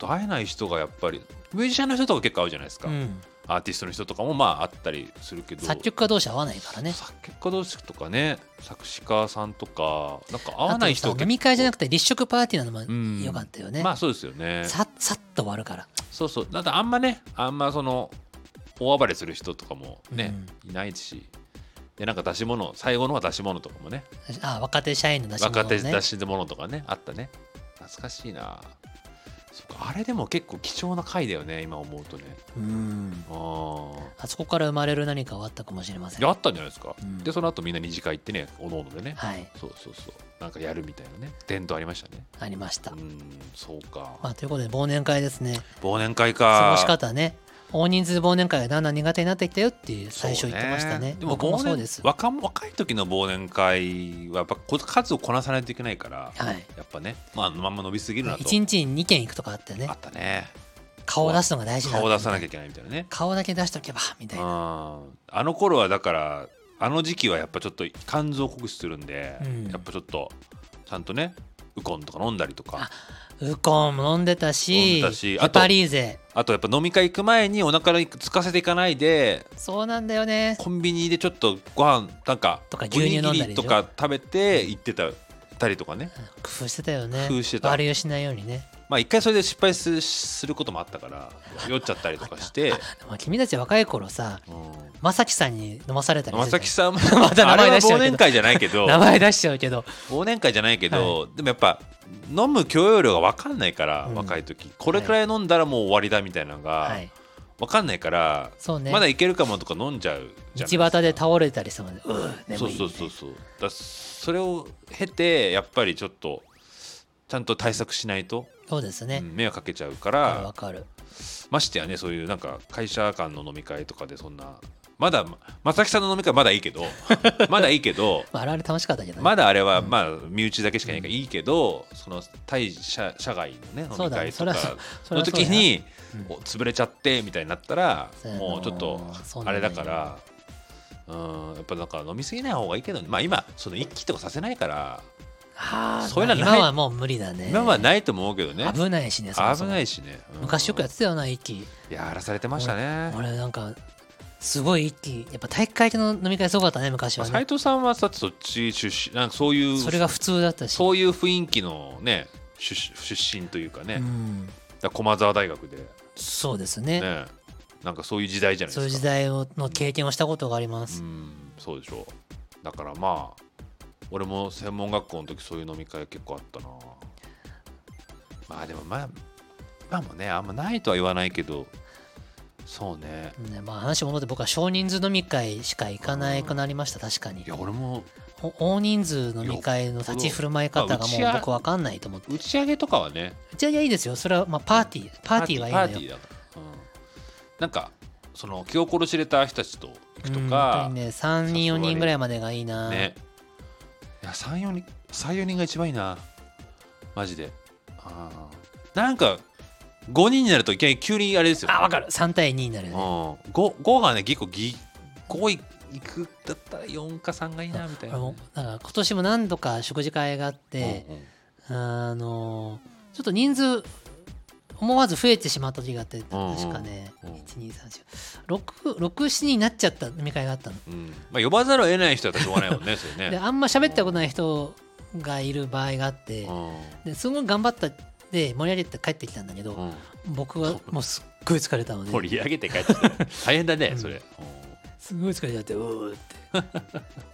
[SPEAKER 2] ー会えない人がやっぱりミュージシャンの人とか結構会うじゃないですか、
[SPEAKER 1] うん、
[SPEAKER 2] アーティストの人とかもまあ会ったりするけど
[SPEAKER 1] 作曲家同士合わないからね
[SPEAKER 2] 作曲家同士とかね作詞家さんとかなんか会わない人
[SPEAKER 1] あとさ飲み会じゃなくて立食パーティーなのも
[SPEAKER 2] うん
[SPEAKER 1] 良かったよね、
[SPEAKER 2] まあそうですよね
[SPEAKER 1] ささっと終わるから
[SPEAKER 2] そうそうだってあんまねあんまその大暴れする人とかもね、いないしでなんか出し物最後のは出し物とかもね
[SPEAKER 1] あ若手社員の出し物、ね、
[SPEAKER 2] 若手出し物とかねあったね懐かしいなそっかあれでも結構貴重な回だよね今思うとね
[SPEAKER 1] うん
[SPEAKER 2] あ
[SPEAKER 1] あそこから生まれる何かはあったかもしれません
[SPEAKER 2] ああったんじゃないですか、
[SPEAKER 1] うん
[SPEAKER 2] でその後みんな二次会行ってねおのおのでね、
[SPEAKER 1] はい
[SPEAKER 2] そうそうそうなんかやるみたいなね伝統ありましたね
[SPEAKER 1] ありました
[SPEAKER 2] う、んそうか、
[SPEAKER 1] まあ、ということで忘年会ですね
[SPEAKER 2] 忘年会
[SPEAKER 1] 過
[SPEAKER 2] か
[SPEAKER 1] ごし方ね大人数忘年会がだんだん苦手になってきたよっていう最初言ってましたね
[SPEAKER 2] でも
[SPEAKER 1] 僕
[SPEAKER 2] 忘
[SPEAKER 1] も
[SPEAKER 2] 年
[SPEAKER 1] そうですは
[SPEAKER 2] 若も若い時の忘年会はやっぱこ数をこなさないといけないから、
[SPEAKER 1] い
[SPEAKER 2] やっぱね、まあ、あのまんま伸びすぎるなと
[SPEAKER 1] 1日に2件行くとかあってね
[SPEAKER 2] あったね
[SPEAKER 1] 顔を出すのが大事だ
[SPEAKER 2] 顔出さなきゃ
[SPEAKER 1] ゃ
[SPEAKER 2] いけないみたいなね
[SPEAKER 1] 顔だけ出しとけばみたい
[SPEAKER 2] うん
[SPEAKER 1] な
[SPEAKER 2] あの頃はだからあの時期はやっぱちょっと肝臓酷使するんで、
[SPEAKER 1] うん
[SPEAKER 2] やっぱちょっとちゃんとねウコンとか飲んだりとか
[SPEAKER 1] ウコンも飲んでた
[SPEAKER 2] 飲ん
[SPEAKER 1] し
[SPEAKER 2] でたし
[SPEAKER 1] ヘパリーゼ
[SPEAKER 2] あとやっぱ飲み会行く前にお腹につかせていかないで
[SPEAKER 1] そうなんだよね
[SPEAKER 2] コンビニでちょっとご飯なんか
[SPEAKER 1] とか牛乳飲んだりでしょ
[SPEAKER 2] おにぎとか食べて行ってたたりとかね
[SPEAKER 1] 工夫してたよね
[SPEAKER 2] 工夫してた
[SPEAKER 1] 悪酔いしないようにね
[SPEAKER 2] まあ一回それで失敗すすることもあったから酔っちゃったりとかして
[SPEAKER 1] あでも君たち若い頃さ
[SPEAKER 2] うん
[SPEAKER 1] まさきさんに飲まされたりし
[SPEAKER 2] ま
[SPEAKER 1] て
[SPEAKER 2] さ
[SPEAKER 1] た
[SPEAKER 2] きさんも
[SPEAKER 1] また
[SPEAKER 2] あ
[SPEAKER 1] 名前
[SPEAKER 2] れは
[SPEAKER 1] 出しちゃ
[SPEAKER 2] 忘
[SPEAKER 1] うけど
[SPEAKER 2] 年会じゃないけど
[SPEAKER 1] 名前出しちゃうけど
[SPEAKER 2] 忘年会じゃないけど、でもやっぱ飲む許容量が分かんないから、
[SPEAKER 1] うん
[SPEAKER 2] 若い時これくらい飲んだらもう終わりだみたいなの
[SPEAKER 1] は
[SPEAKER 2] が
[SPEAKER 1] い
[SPEAKER 2] 分かんないから、
[SPEAKER 1] そうね
[SPEAKER 2] まだいけるかもとか飲んじゃうじ
[SPEAKER 1] 道
[SPEAKER 2] ゃない
[SPEAKER 1] 端で倒れたりしたもんねうう眠い
[SPEAKER 2] そうそうそうそうだそれを経てやっぱりちょっとちゃんと対策しないと、
[SPEAKER 1] そうですね
[SPEAKER 2] うん迷惑かけちゃうか
[SPEAKER 1] わかるわ
[SPEAKER 2] ら
[SPEAKER 1] かる
[SPEAKER 2] ましてやねそういうなんか会社間の飲み会とかでそんなまだ正木さんの飲み会まだいい けどまだいいけど
[SPEAKER 1] まああれあれ楽しかったけどね
[SPEAKER 2] まだあれはまあ身内だけしかいないからいいけど、その対社社外のね
[SPEAKER 1] そ
[SPEAKER 2] 飲み
[SPEAKER 1] うだね
[SPEAKER 2] 会とか
[SPEAKER 1] そりゃそ
[SPEAKER 2] の時に
[SPEAKER 1] そうだ
[SPEAKER 2] お潰れちゃってみたいになったら
[SPEAKER 1] そうやな
[SPEAKER 2] もうちょっと
[SPEAKER 1] そうな
[SPEAKER 2] あ
[SPEAKER 1] んだ
[SPEAKER 2] れ
[SPEAKER 1] よ
[SPEAKER 2] だからうんやっぱなんか飲みすぎない方がいいけどねまあ今その一気とかさせないから
[SPEAKER 1] あー
[SPEAKER 2] そういうのはない
[SPEAKER 1] 今はもう無理だね
[SPEAKER 2] 今はないと思うけどね
[SPEAKER 1] 危ないしねそもそ
[SPEAKER 2] 危
[SPEAKER 1] も
[SPEAKER 2] ないしねうん
[SPEAKER 1] 昔よくやってたよな一気
[SPEAKER 2] やらされてましたね
[SPEAKER 1] 俺なんかすごい一気やっぱ体育会系の飲み会すごかったね昔は
[SPEAKER 2] 斎
[SPEAKER 1] ね
[SPEAKER 2] 藤さんはさそっち出身なんかそういう
[SPEAKER 1] それが普通だったし
[SPEAKER 2] そういう雰囲気のね出出身というかね、だか
[SPEAKER 1] ん
[SPEAKER 2] ら駒澤大学で
[SPEAKER 1] そうですね
[SPEAKER 2] ねなんかそういう時代じゃないです
[SPEAKER 1] そ
[SPEAKER 2] か
[SPEAKER 1] ういう時代をの経験をしたことがあります、
[SPEAKER 2] うんそうでしょうだからまあ俺も専門学校の時そういう飲み会結構あったなまあでもまあ今もねあんまないとは言わないけどそうね
[SPEAKER 1] ねまあ、話戻って僕は少人数飲み会しか行かないくなりました確かに
[SPEAKER 2] いや俺も
[SPEAKER 1] お大人数飲み会の立ち振る舞い方がもう
[SPEAKER 2] まあ打ち上げ
[SPEAKER 1] 僕わかんないと思って
[SPEAKER 2] 打ち上げとかはね
[SPEAKER 1] 打ち上げはいいですよそれはまあパーティーパーティーはいい
[SPEAKER 2] パー
[SPEAKER 1] の
[SPEAKER 2] ティ
[SPEAKER 1] よ
[SPEAKER 2] ーだから、うん、なんかその気を殺しれた人たちと行
[SPEAKER 1] う
[SPEAKER 2] く
[SPEAKER 1] ん
[SPEAKER 2] と
[SPEAKER 1] 本当
[SPEAKER 2] か
[SPEAKER 1] にね3人4人ぐらいまでがいいな、
[SPEAKER 2] ねいや34人34人が一番いいなマジであーなんか5人になるといきなり急にあれですよ、
[SPEAKER 1] あわかる3対2になる
[SPEAKER 2] う
[SPEAKER 1] よ
[SPEAKER 2] ん、
[SPEAKER 1] ね
[SPEAKER 2] 5, 5がね結構ぎ5いいくだったら4か3がいいなみたい
[SPEAKER 1] 俺
[SPEAKER 2] な、
[SPEAKER 1] もなんか今年も何度か食事会があって、
[SPEAKER 2] うんうん
[SPEAKER 1] あのちょっと人数思わず増えてしまった時があって
[SPEAKER 2] んうん
[SPEAKER 1] 確かね、
[SPEAKER 2] うん
[SPEAKER 1] 1234667人になっちゃった飲み会があったの、
[SPEAKER 2] うんまあ、呼ばざるを得ない人だったらしょうがないもんねそれ
[SPEAKER 1] で
[SPEAKER 2] ね、
[SPEAKER 1] あんま喋ったことない人がいる場合があって、
[SPEAKER 2] うん
[SPEAKER 1] ですごい頑張ったで盛り上げて帰ってきたんだけど、
[SPEAKER 2] うん
[SPEAKER 1] 僕はもうすっごい疲れたので
[SPEAKER 2] 盛り上げて帰ってきた 大変だね
[SPEAKER 1] うん
[SPEAKER 2] それ、うん
[SPEAKER 1] すごい疲れちゃってうーって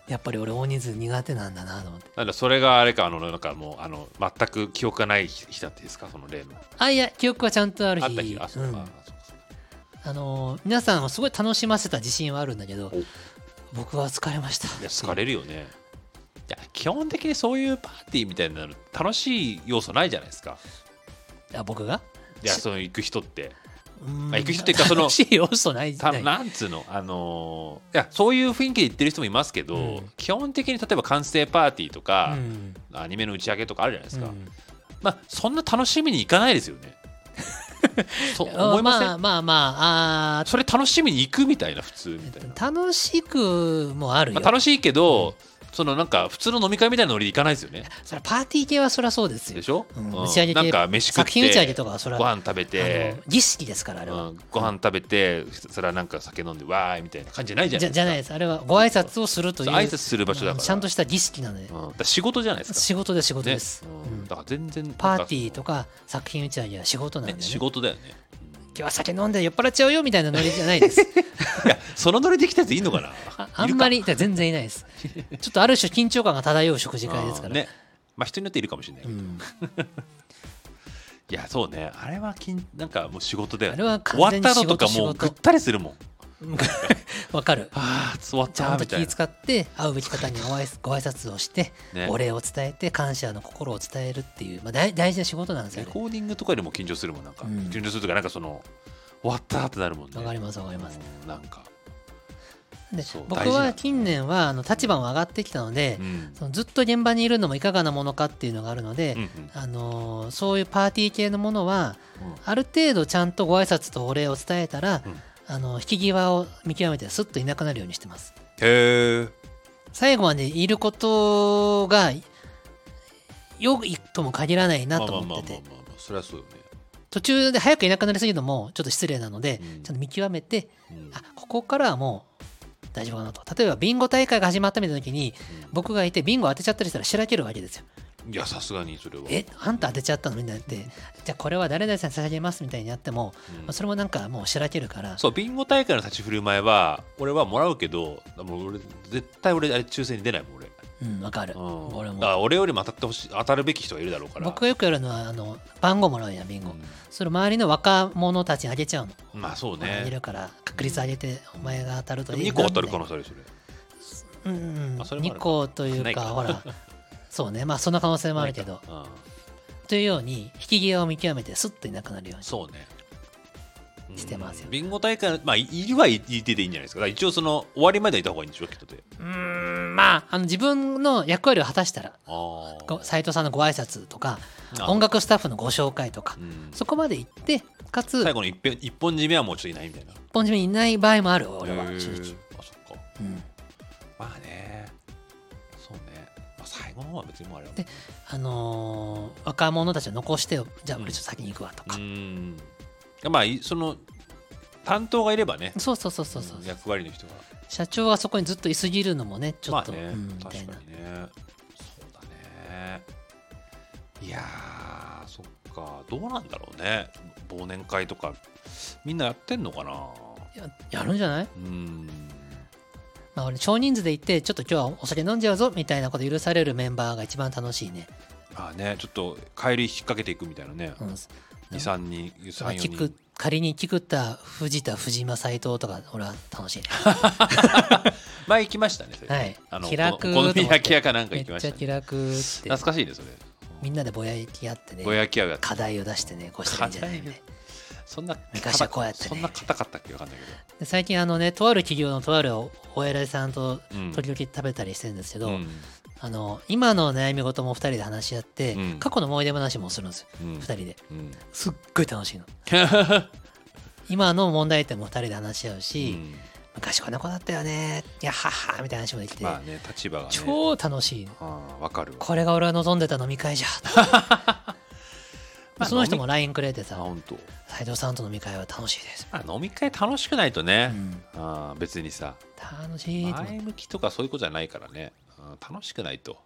[SPEAKER 1] やっぱり俺大人数苦手なんだなと思って
[SPEAKER 2] なんだそれがあれかあのなんかもうあの全く記憶がない日だっていいですかその例の
[SPEAKER 1] あいや記憶はちゃんとある日
[SPEAKER 2] あった日あそううんか、あそうかそうか
[SPEAKER 1] あのー皆さんをすごい楽しませた自信はあるんだけど僕は疲れました
[SPEAKER 2] いや疲れるよねいや基本的にそういうパーティーみたいになる楽しい要素ないじゃないですか
[SPEAKER 1] あ僕が
[SPEAKER 2] いやその行く人って
[SPEAKER 1] うーん
[SPEAKER 2] あ行く人っていうかその
[SPEAKER 1] 楽しい要素ない
[SPEAKER 2] た
[SPEAKER 1] ない
[SPEAKER 2] なんつうのあのーいやそういう雰囲気で行ってる人もいますけど、
[SPEAKER 1] うん
[SPEAKER 2] 基本的に例えば完成パーティーとか
[SPEAKER 1] う、ん
[SPEAKER 2] アニメの打ち上げとかあるじゃないですか、
[SPEAKER 1] うん
[SPEAKER 2] まあそんな楽しみに行かないですよ ねそう
[SPEAKER 1] あ
[SPEAKER 2] 思いません、
[SPEAKER 1] まあまあまああ
[SPEAKER 2] それ楽しみに行くみたいな普通みたいな、
[SPEAKER 1] ー楽しくもあるよ、
[SPEAKER 2] まあ、楽しいけど、そのなんか普通の飲み会みたいなノリで行かないですよね
[SPEAKER 1] それパーティー系はそりゃそうですよ
[SPEAKER 2] でしょ、
[SPEAKER 1] うん
[SPEAKER 2] うん
[SPEAKER 1] 打ち上げ系
[SPEAKER 2] なんか飯食っ
[SPEAKER 1] 作
[SPEAKER 2] て
[SPEAKER 1] 品打ち上げとかはそれ
[SPEAKER 2] ご
[SPEAKER 1] はあ
[SPEAKER 2] 飯食べて
[SPEAKER 1] の儀式ですからあれは、
[SPEAKER 2] うん、ご飯食べてそれはなんか酒飲んでわーいみたいな感じじゃないじゃ
[SPEAKER 1] じ
[SPEAKER 2] な
[SPEAKER 1] ゃ
[SPEAKER 2] い
[SPEAKER 1] じゃないですあれはご挨拶をするという
[SPEAKER 2] 挨拶する場所だから
[SPEAKER 1] うんちゃんとした儀式なので、
[SPEAKER 2] うん、だから仕事じゃないですか
[SPEAKER 1] 仕事で仕事
[SPEAKER 2] ね
[SPEAKER 1] です、
[SPEAKER 2] う
[SPEAKER 1] うん
[SPEAKER 2] ん、だから全然なんか
[SPEAKER 1] パーティーとか作品打ち上げは仕事なんで、
[SPEAKER 2] ね
[SPEAKER 1] ね、
[SPEAKER 2] 仕事だよね
[SPEAKER 1] 今日は酒飲んで酔っ払っちゃうよみたいなノリじゃないです。
[SPEAKER 2] いやそのノリで来たやついいのかな
[SPEAKER 1] ああんま
[SPEAKER 2] い
[SPEAKER 1] り全然いない です。ちょっとある種緊張感が漂う食事
[SPEAKER 2] る
[SPEAKER 1] 会ですから。
[SPEAKER 2] うんねまあ人によっているかもしれないけ
[SPEAKER 1] う
[SPEAKER 2] ど、
[SPEAKER 1] ん
[SPEAKER 2] いやそうねあれはきんなんかもう仕事だよ
[SPEAKER 1] あ
[SPEAKER 2] ね
[SPEAKER 1] れは
[SPEAKER 2] 終わ
[SPEAKER 1] 完全
[SPEAKER 2] っ
[SPEAKER 1] に
[SPEAKER 2] た後
[SPEAKER 1] 仕事
[SPEAKER 2] とか
[SPEAKER 1] 仕
[SPEAKER 2] もうぐっ
[SPEAKER 1] 事
[SPEAKER 2] たりするもん
[SPEAKER 1] わかる
[SPEAKER 2] ああ終わっ
[SPEAKER 1] ちゃ
[SPEAKER 2] た
[SPEAKER 1] んと
[SPEAKER 2] み
[SPEAKER 1] 気
[SPEAKER 2] たいな
[SPEAKER 1] 遣って会うべき方にご挨拶ご挨拶をして、
[SPEAKER 2] ね
[SPEAKER 1] お礼を伝えて感謝の心を伝えるっていう、まあ、大大事な仕事なんです
[SPEAKER 2] レ
[SPEAKER 1] よね
[SPEAKER 2] コーディングとかでも緊張するもんなんか、
[SPEAKER 1] うん
[SPEAKER 2] 緊張するとかなんかその終わったってなるもんね
[SPEAKER 1] わかりますわかります
[SPEAKER 2] うんなんか、
[SPEAKER 1] で
[SPEAKER 2] そう大
[SPEAKER 1] 僕
[SPEAKER 2] 事な
[SPEAKER 1] は近年はあの立場も上がってきたので、
[SPEAKER 2] うん
[SPEAKER 1] そのずっと現場にいるのもいかがなものかっていうのがあるので、
[SPEAKER 2] うんうん
[SPEAKER 1] あのーそういうパーティー系のものは
[SPEAKER 2] うん
[SPEAKER 1] ある程度ちゃんとご挨拶とお礼を伝えたら、
[SPEAKER 2] うん
[SPEAKER 1] あの引き際を見極めてスッといなくなるようにしてます
[SPEAKER 2] へえ
[SPEAKER 1] 最後までいることがよいとも限らないなと思ってて
[SPEAKER 2] まあまあまあまあまあそれはそうよね、
[SPEAKER 1] 途中で早くいなくなりすぎるのもちょっと失礼なので、
[SPEAKER 2] うん
[SPEAKER 1] ちゃんと見極めて
[SPEAKER 2] うん
[SPEAKER 1] あここからはもう大丈夫かなと例えばビンゴ大会が始まったみたいな時に僕がいてビンゴ当てちゃったりしたらしらけるわけですよ
[SPEAKER 2] うんいやさすがにそれは
[SPEAKER 1] えあんた当てちゃったのみたいになってじゃあこれは誰々さんに捧げますみたいにやっても、
[SPEAKER 2] うん
[SPEAKER 1] まあそれもなんかもうしらけるから
[SPEAKER 2] そうビンゴ大会の立ち振る舞いは俺はもらうけどもう俺絶対俺あれ抽選に出ないもん俺,、
[SPEAKER 1] うんわかる、
[SPEAKER 2] うん、
[SPEAKER 1] 俺も
[SPEAKER 2] だから俺よりも当たってほしい当たるべき人がいるだろうから
[SPEAKER 1] 僕がよくやるのはあの番号もらうやんビンゴ、
[SPEAKER 2] うん
[SPEAKER 1] それ周りの若者たちにあげちゃうの、
[SPEAKER 2] まあそう
[SPEAKER 1] あげ
[SPEAKER 2] ね
[SPEAKER 1] るから確率上げてお前が当たるといいな
[SPEAKER 2] 2個当たる可
[SPEAKER 1] み
[SPEAKER 2] 能性あるよそれ
[SPEAKER 1] たいなうんうん
[SPEAKER 2] あそれもある
[SPEAKER 1] 2個という
[SPEAKER 2] ない
[SPEAKER 1] か
[SPEAKER 2] か
[SPEAKER 1] ほらそうねまあそんな可能性もあるけど
[SPEAKER 2] うん
[SPEAKER 1] というように引き際を見極めてスッといなくなるように
[SPEAKER 2] そうね
[SPEAKER 1] してますよ
[SPEAKER 2] うんビンゴ大会のまあいいるはいいてでいいんじゃないですかだから一応その終わりまではいた方がいいんでしょきっとで
[SPEAKER 1] うーんまああの自分の役割を果たしたら
[SPEAKER 2] ああ
[SPEAKER 1] こ斎藤さんのご挨拶とか
[SPEAKER 2] あ
[SPEAKER 1] 音楽スタッフのご紹介とか
[SPEAKER 2] うん
[SPEAKER 1] そこまで行ってかつ
[SPEAKER 2] 最後の一本一本締めはもうちょっといないみたいな
[SPEAKER 1] 一本締めにいない場合もある俺は
[SPEAKER 2] へー
[SPEAKER 1] 正直
[SPEAKER 2] あそっか
[SPEAKER 1] うん
[SPEAKER 2] まあねそうね、まあ、最後の方は別にもうあれは
[SPEAKER 1] であのー若者たちを残してよじゃあ
[SPEAKER 2] うん
[SPEAKER 1] 俺ちょっと先に行くわとか、
[SPEAKER 2] うんまあいその担当がいればね
[SPEAKER 1] そうそうそうそうそう、
[SPEAKER 2] うん役割の人が
[SPEAKER 1] 社長がそこにずっと居すぎるのもねちょっと、
[SPEAKER 2] まあね、
[SPEAKER 1] うんみた
[SPEAKER 2] 確
[SPEAKER 1] いな
[SPEAKER 2] かにねそうだねいやーそっかどうなんだろうね忘年会とかみんなやってんのかな
[SPEAKER 1] ややるんじゃない、
[SPEAKER 2] うん
[SPEAKER 1] まあ、俺少人数で行ってちょっと今日はお酒飲んじゃうぞみたいなこと許されるメンバーが一番楽しいね、
[SPEAKER 2] まあねちょっと帰り引っ掛けていくみたいなね、
[SPEAKER 1] うん、
[SPEAKER 2] 23人
[SPEAKER 1] まあ
[SPEAKER 2] 34
[SPEAKER 1] キ
[SPEAKER 2] 人
[SPEAKER 1] ク仮に菊田藤田藤間斎藤とか俺は楽 しいね
[SPEAKER 2] 前行きましたねそれ
[SPEAKER 1] はい
[SPEAKER 2] あの
[SPEAKER 1] 気楽
[SPEAKER 2] お好み焼き屋かなんか
[SPEAKER 1] め
[SPEAKER 2] 行
[SPEAKER 1] っ
[SPEAKER 2] き
[SPEAKER 1] ち
[SPEAKER 2] ました
[SPEAKER 1] ゃ
[SPEAKER 2] ね、
[SPEAKER 1] 気楽って
[SPEAKER 2] 懐かしいねそれ
[SPEAKER 1] みんなでぼやき合ってね
[SPEAKER 2] ぼやき屋が
[SPEAKER 1] 課題を出してねこうしてるんじゃないみたいな
[SPEAKER 2] そんな
[SPEAKER 1] 昔はこうやってね
[SPEAKER 2] そんな硬かったっけわかんない
[SPEAKER 1] で最近あのねとある企業のとあるおお偉いさんと
[SPEAKER 2] けど、うん
[SPEAKER 1] 時々食べたりしてるんですけど、
[SPEAKER 2] うん
[SPEAKER 1] あの今の悩み事も2人で話し合って、
[SPEAKER 2] うん
[SPEAKER 1] 過去の思い出話もするんですよ
[SPEAKER 2] うん
[SPEAKER 1] 2人で
[SPEAKER 2] うん
[SPEAKER 1] すっごい楽 しいの今の問題点も2人で話し合うし、
[SPEAKER 2] うん
[SPEAKER 1] 昔こんな子だったよねいやはっはみたいな話もできて、
[SPEAKER 2] まあね立場がね
[SPEAKER 1] 超楽しいの
[SPEAKER 2] ああわかるわ
[SPEAKER 1] これが俺は望んでた飲み会 じゃ、
[SPEAKER 2] まあ
[SPEAKER 1] その人も LINE くれて
[SPEAKER 2] あ
[SPEAKER 1] さ
[SPEAKER 2] 本当
[SPEAKER 1] 「斎藤さんと飲み会は楽しいです」
[SPEAKER 2] まあ飲み会楽しくないとね
[SPEAKER 1] う、ん
[SPEAKER 2] ああ別にさ
[SPEAKER 1] 楽しいと思って
[SPEAKER 2] 前向きとかそういうことじゃないからね、うん楽しくないと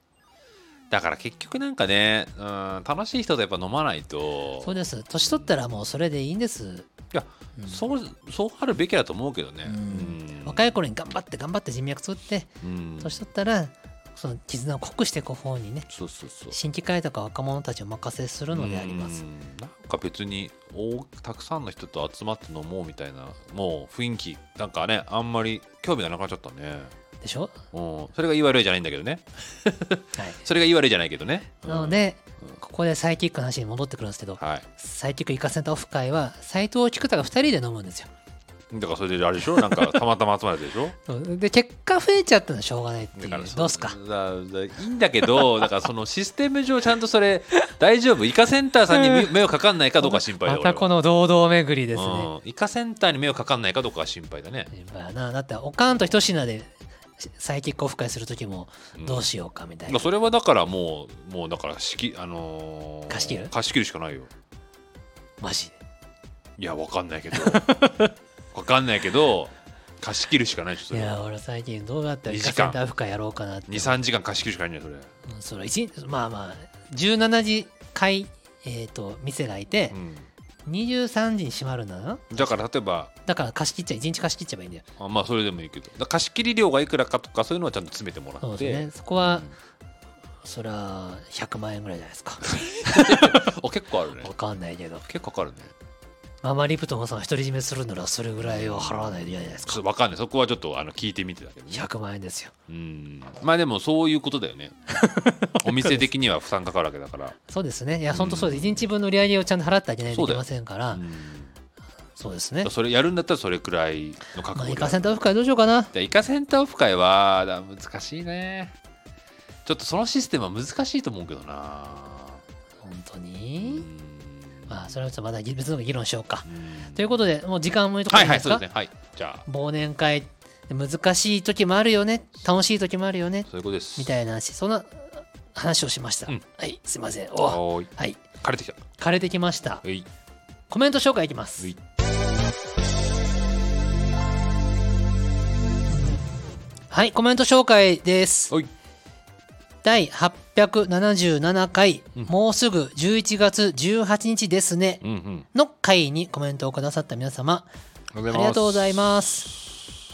[SPEAKER 2] だから結局なんかね、うん、楽しい人とやっぱ飲まないと
[SPEAKER 1] そうです年取ったらもうそれでいいんです
[SPEAKER 2] いや、
[SPEAKER 1] うん
[SPEAKER 2] そうそうあるべきだと思うけどね、
[SPEAKER 1] うん
[SPEAKER 2] うん
[SPEAKER 1] 若い頃に頑張って頑張って人脈作って
[SPEAKER 2] うん
[SPEAKER 1] 年取ったらその絆を濃くしていく方にね
[SPEAKER 2] そうそうそう
[SPEAKER 1] 新規開拓は若者たちをお任せするのであります
[SPEAKER 2] うんなんか別に大たくさんの人と集まって飲もうみたいなもう雰囲気なんかねあんまり興味がなくなっちゃったね、
[SPEAKER 1] でしょ、
[SPEAKER 2] うん、それが言い悪いじゃないんだけどね
[SPEAKER 1] はい、
[SPEAKER 2] それが言い悪いじゃないけどね、うん
[SPEAKER 1] なので
[SPEAKER 2] うん
[SPEAKER 1] ここでサイキックの話に戻ってくるんですけど
[SPEAKER 2] はい
[SPEAKER 1] サイキックイカセンターオフ会は斎藤菊田が2人で飲むんですよ
[SPEAKER 2] だからそれであれでしょなんかたまたま集まるやつでしょ
[SPEAKER 1] そうで結果増えちゃったのはしょうがないってい
[SPEAKER 2] だ
[SPEAKER 1] う
[SPEAKER 2] からそ
[SPEAKER 1] どうすか
[SPEAKER 2] だだいいんだけどだからそのシステム上ちゃんとそれ大丈夫イカセンターさんに目目をかかんないかどうか心配だ
[SPEAKER 1] またこ
[SPEAKER 2] の
[SPEAKER 1] の堂々巡りですね、
[SPEAKER 2] うん、イカセンターに目をかかんないかどうかが心配だね、
[SPEAKER 1] まあなだっておかんと一品でサイキックオフ会する時も
[SPEAKER 2] うん
[SPEAKER 1] どうしようかみたい
[SPEAKER 2] ま
[SPEAKER 1] な
[SPEAKER 2] あ、それはだからもうもうだから式あのー
[SPEAKER 1] 貸し切る
[SPEAKER 2] 貸し切るしかないよ
[SPEAKER 1] マジで
[SPEAKER 2] いやわかんないけ どわかんないけど貸し切るしかないでしょそ
[SPEAKER 1] い
[SPEAKER 2] れは
[SPEAKER 1] や俺最近どうだったら
[SPEAKER 2] 2
[SPEAKER 1] イ
[SPEAKER 2] 時間
[SPEAKER 1] カセンター負荷やろうかなって
[SPEAKER 2] 23時間貸し切るしかないんだよ
[SPEAKER 1] うんそれ一日まあまあ17時開えっ、と店がいて
[SPEAKER 2] それ、、
[SPEAKER 1] 23時に閉まるんだな
[SPEAKER 2] うん、だから例えば
[SPEAKER 1] だから貸し切っちゃ1日貸し切っちゃえばいいんだよ
[SPEAKER 2] あまあそれでもいいけどだから貸し切り料がいくらかとかそういうのはちゃんと詰めてもら
[SPEAKER 1] そう
[SPEAKER 2] っ
[SPEAKER 1] で
[SPEAKER 2] て
[SPEAKER 1] すねそこはそれは100万円ぐらいじゃないですか
[SPEAKER 2] あ結構あるね
[SPEAKER 1] わかんないけど
[SPEAKER 2] 結構かかるね
[SPEAKER 1] ママリプトンさん独り占めするならそれぐらいを払わないと嫌じゃないです
[SPEAKER 2] ちょっと
[SPEAKER 1] か
[SPEAKER 2] 分かんないそこはちょっとあの聞いてみてだけどね
[SPEAKER 1] 100万円ですよ
[SPEAKER 2] うんまあでもそういうことだ よねお店的には負担かかるわけだから
[SPEAKER 1] そうですねいや本当そうです1日分の売り上げをちゃんと払ってあげないといけませんから
[SPEAKER 2] う
[SPEAKER 1] そう,、
[SPEAKER 2] ん
[SPEAKER 1] ですね
[SPEAKER 2] それやるんだったらそれくらいの覚
[SPEAKER 1] まあ
[SPEAKER 2] 悟
[SPEAKER 1] イ
[SPEAKER 2] で
[SPEAKER 1] カセンターオフ会どうしようかな
[SPEAKER 2] でイカセンターオフ会はだ難しいねちょっとそのシステムは難しいと思うけどな
[SPEAKER 1] 本当
[SPEAKER 2] う
[SPEAKER 1] に、
[SPEAKER 2] ん
[SPEAKER 1] まあそれはちょっとまだ別の議論しようか
[SPEAKER 2] うん
[SPEAKER 1] ということでもう時間もいうところ
[SPEAKER 2] は
[SPEAKER 1] でで
[SPEAKER 2] いはいい
[SPEAKER 1] す
[SPEAKER 2] そ
[SPEAKER 1] か、
[SPEAKER 2] うですねはいじゃあ
[SPEAKER 1] 忘年会難しい時もあるよね楽しい時もあるよね
[SPEAKER 2] そういうことです
[SPEAKER 1] みたいな話そんな話をしました、
[SPEAKER 2] うん
[SPEAKER 1] はいすいませんお
[SPEAKER 2] はーい
[SPEAKER 1] はい
[SPEAKER 2] 枯れてきた
[SPEAKER 1] 枯れてきました
[SPEAKER 2] はい
[SPEAKER 1] コメント紹介いきます
[SPEAKER 2] はい
[SPEAKER 1] はいコメント紹介です
[SPEAKER 2] はい
[SPEAKER 1] 第877回、
[SPEAKER 2] うん
[SPEAKER 1] もうすぐ11月18日ですね、
[SPEAKER 2] うんうん
[SPEAKER 1] の回にコメントをくださった皆様
[SPEAKER 2] あり
[SPEAKER 1] ありがとうございます、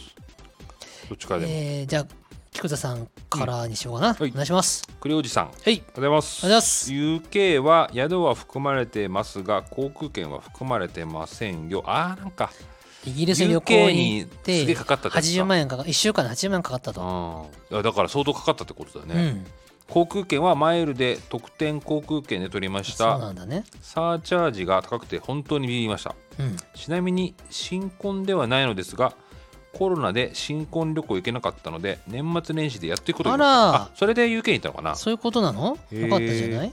[SPEAKER 2] どっちからでも、
[SPEAKER 1] えーじゃあ菊田さんからにしようかな、
[SPEAKER 2] はい
[SPEAKER 1] お願いします
[SPEAKER 2] クレおじさんあり
[SPEAKER 1] は
[SPEAKER 2] が
[SPEAKER 1] い
[SPEAKER 2] とうございます
[SPEAKER 1] ありがとうございます
[SPEAKER 2] UK は宿は含まれてますが航空券は含まれてませんよあーなんか
[SPEAKER 1] イギリスに旅行に行っ
[SPEAKER 2] UK に
[SPEAKER 1] て
[SPEAKER 2] すげえかかったってやつか
[SPEAKER 1] 80万円かか1週間で80万円かかったと、
[SPEAKER 2] うんいやだから相当かかったってことだね、
[SPEAKER 1] うん
[SPEAKER 2] 航空券はマイルで特典航空券で取りまし
[SPEAKER 1] そうな
[SPEAKER 2] た
[SPEAKER 1] んだね
[SPEAKER 2] サーチャージが高くて本当にビビりました
[SPEAKER 1] うん
[SPEAKER 2] ちなみに新婚ではないのですがコロナで新婚旅行行けなかったので年末年始でやっていくことに
[SPEAKER 1] あら
[SPEAKER 2] あそれで UK に行ったのかな
[SPEAKER 1] そういうことなの
[SPEAKER 2] へー
[SPEAKER 1] よかったじゃない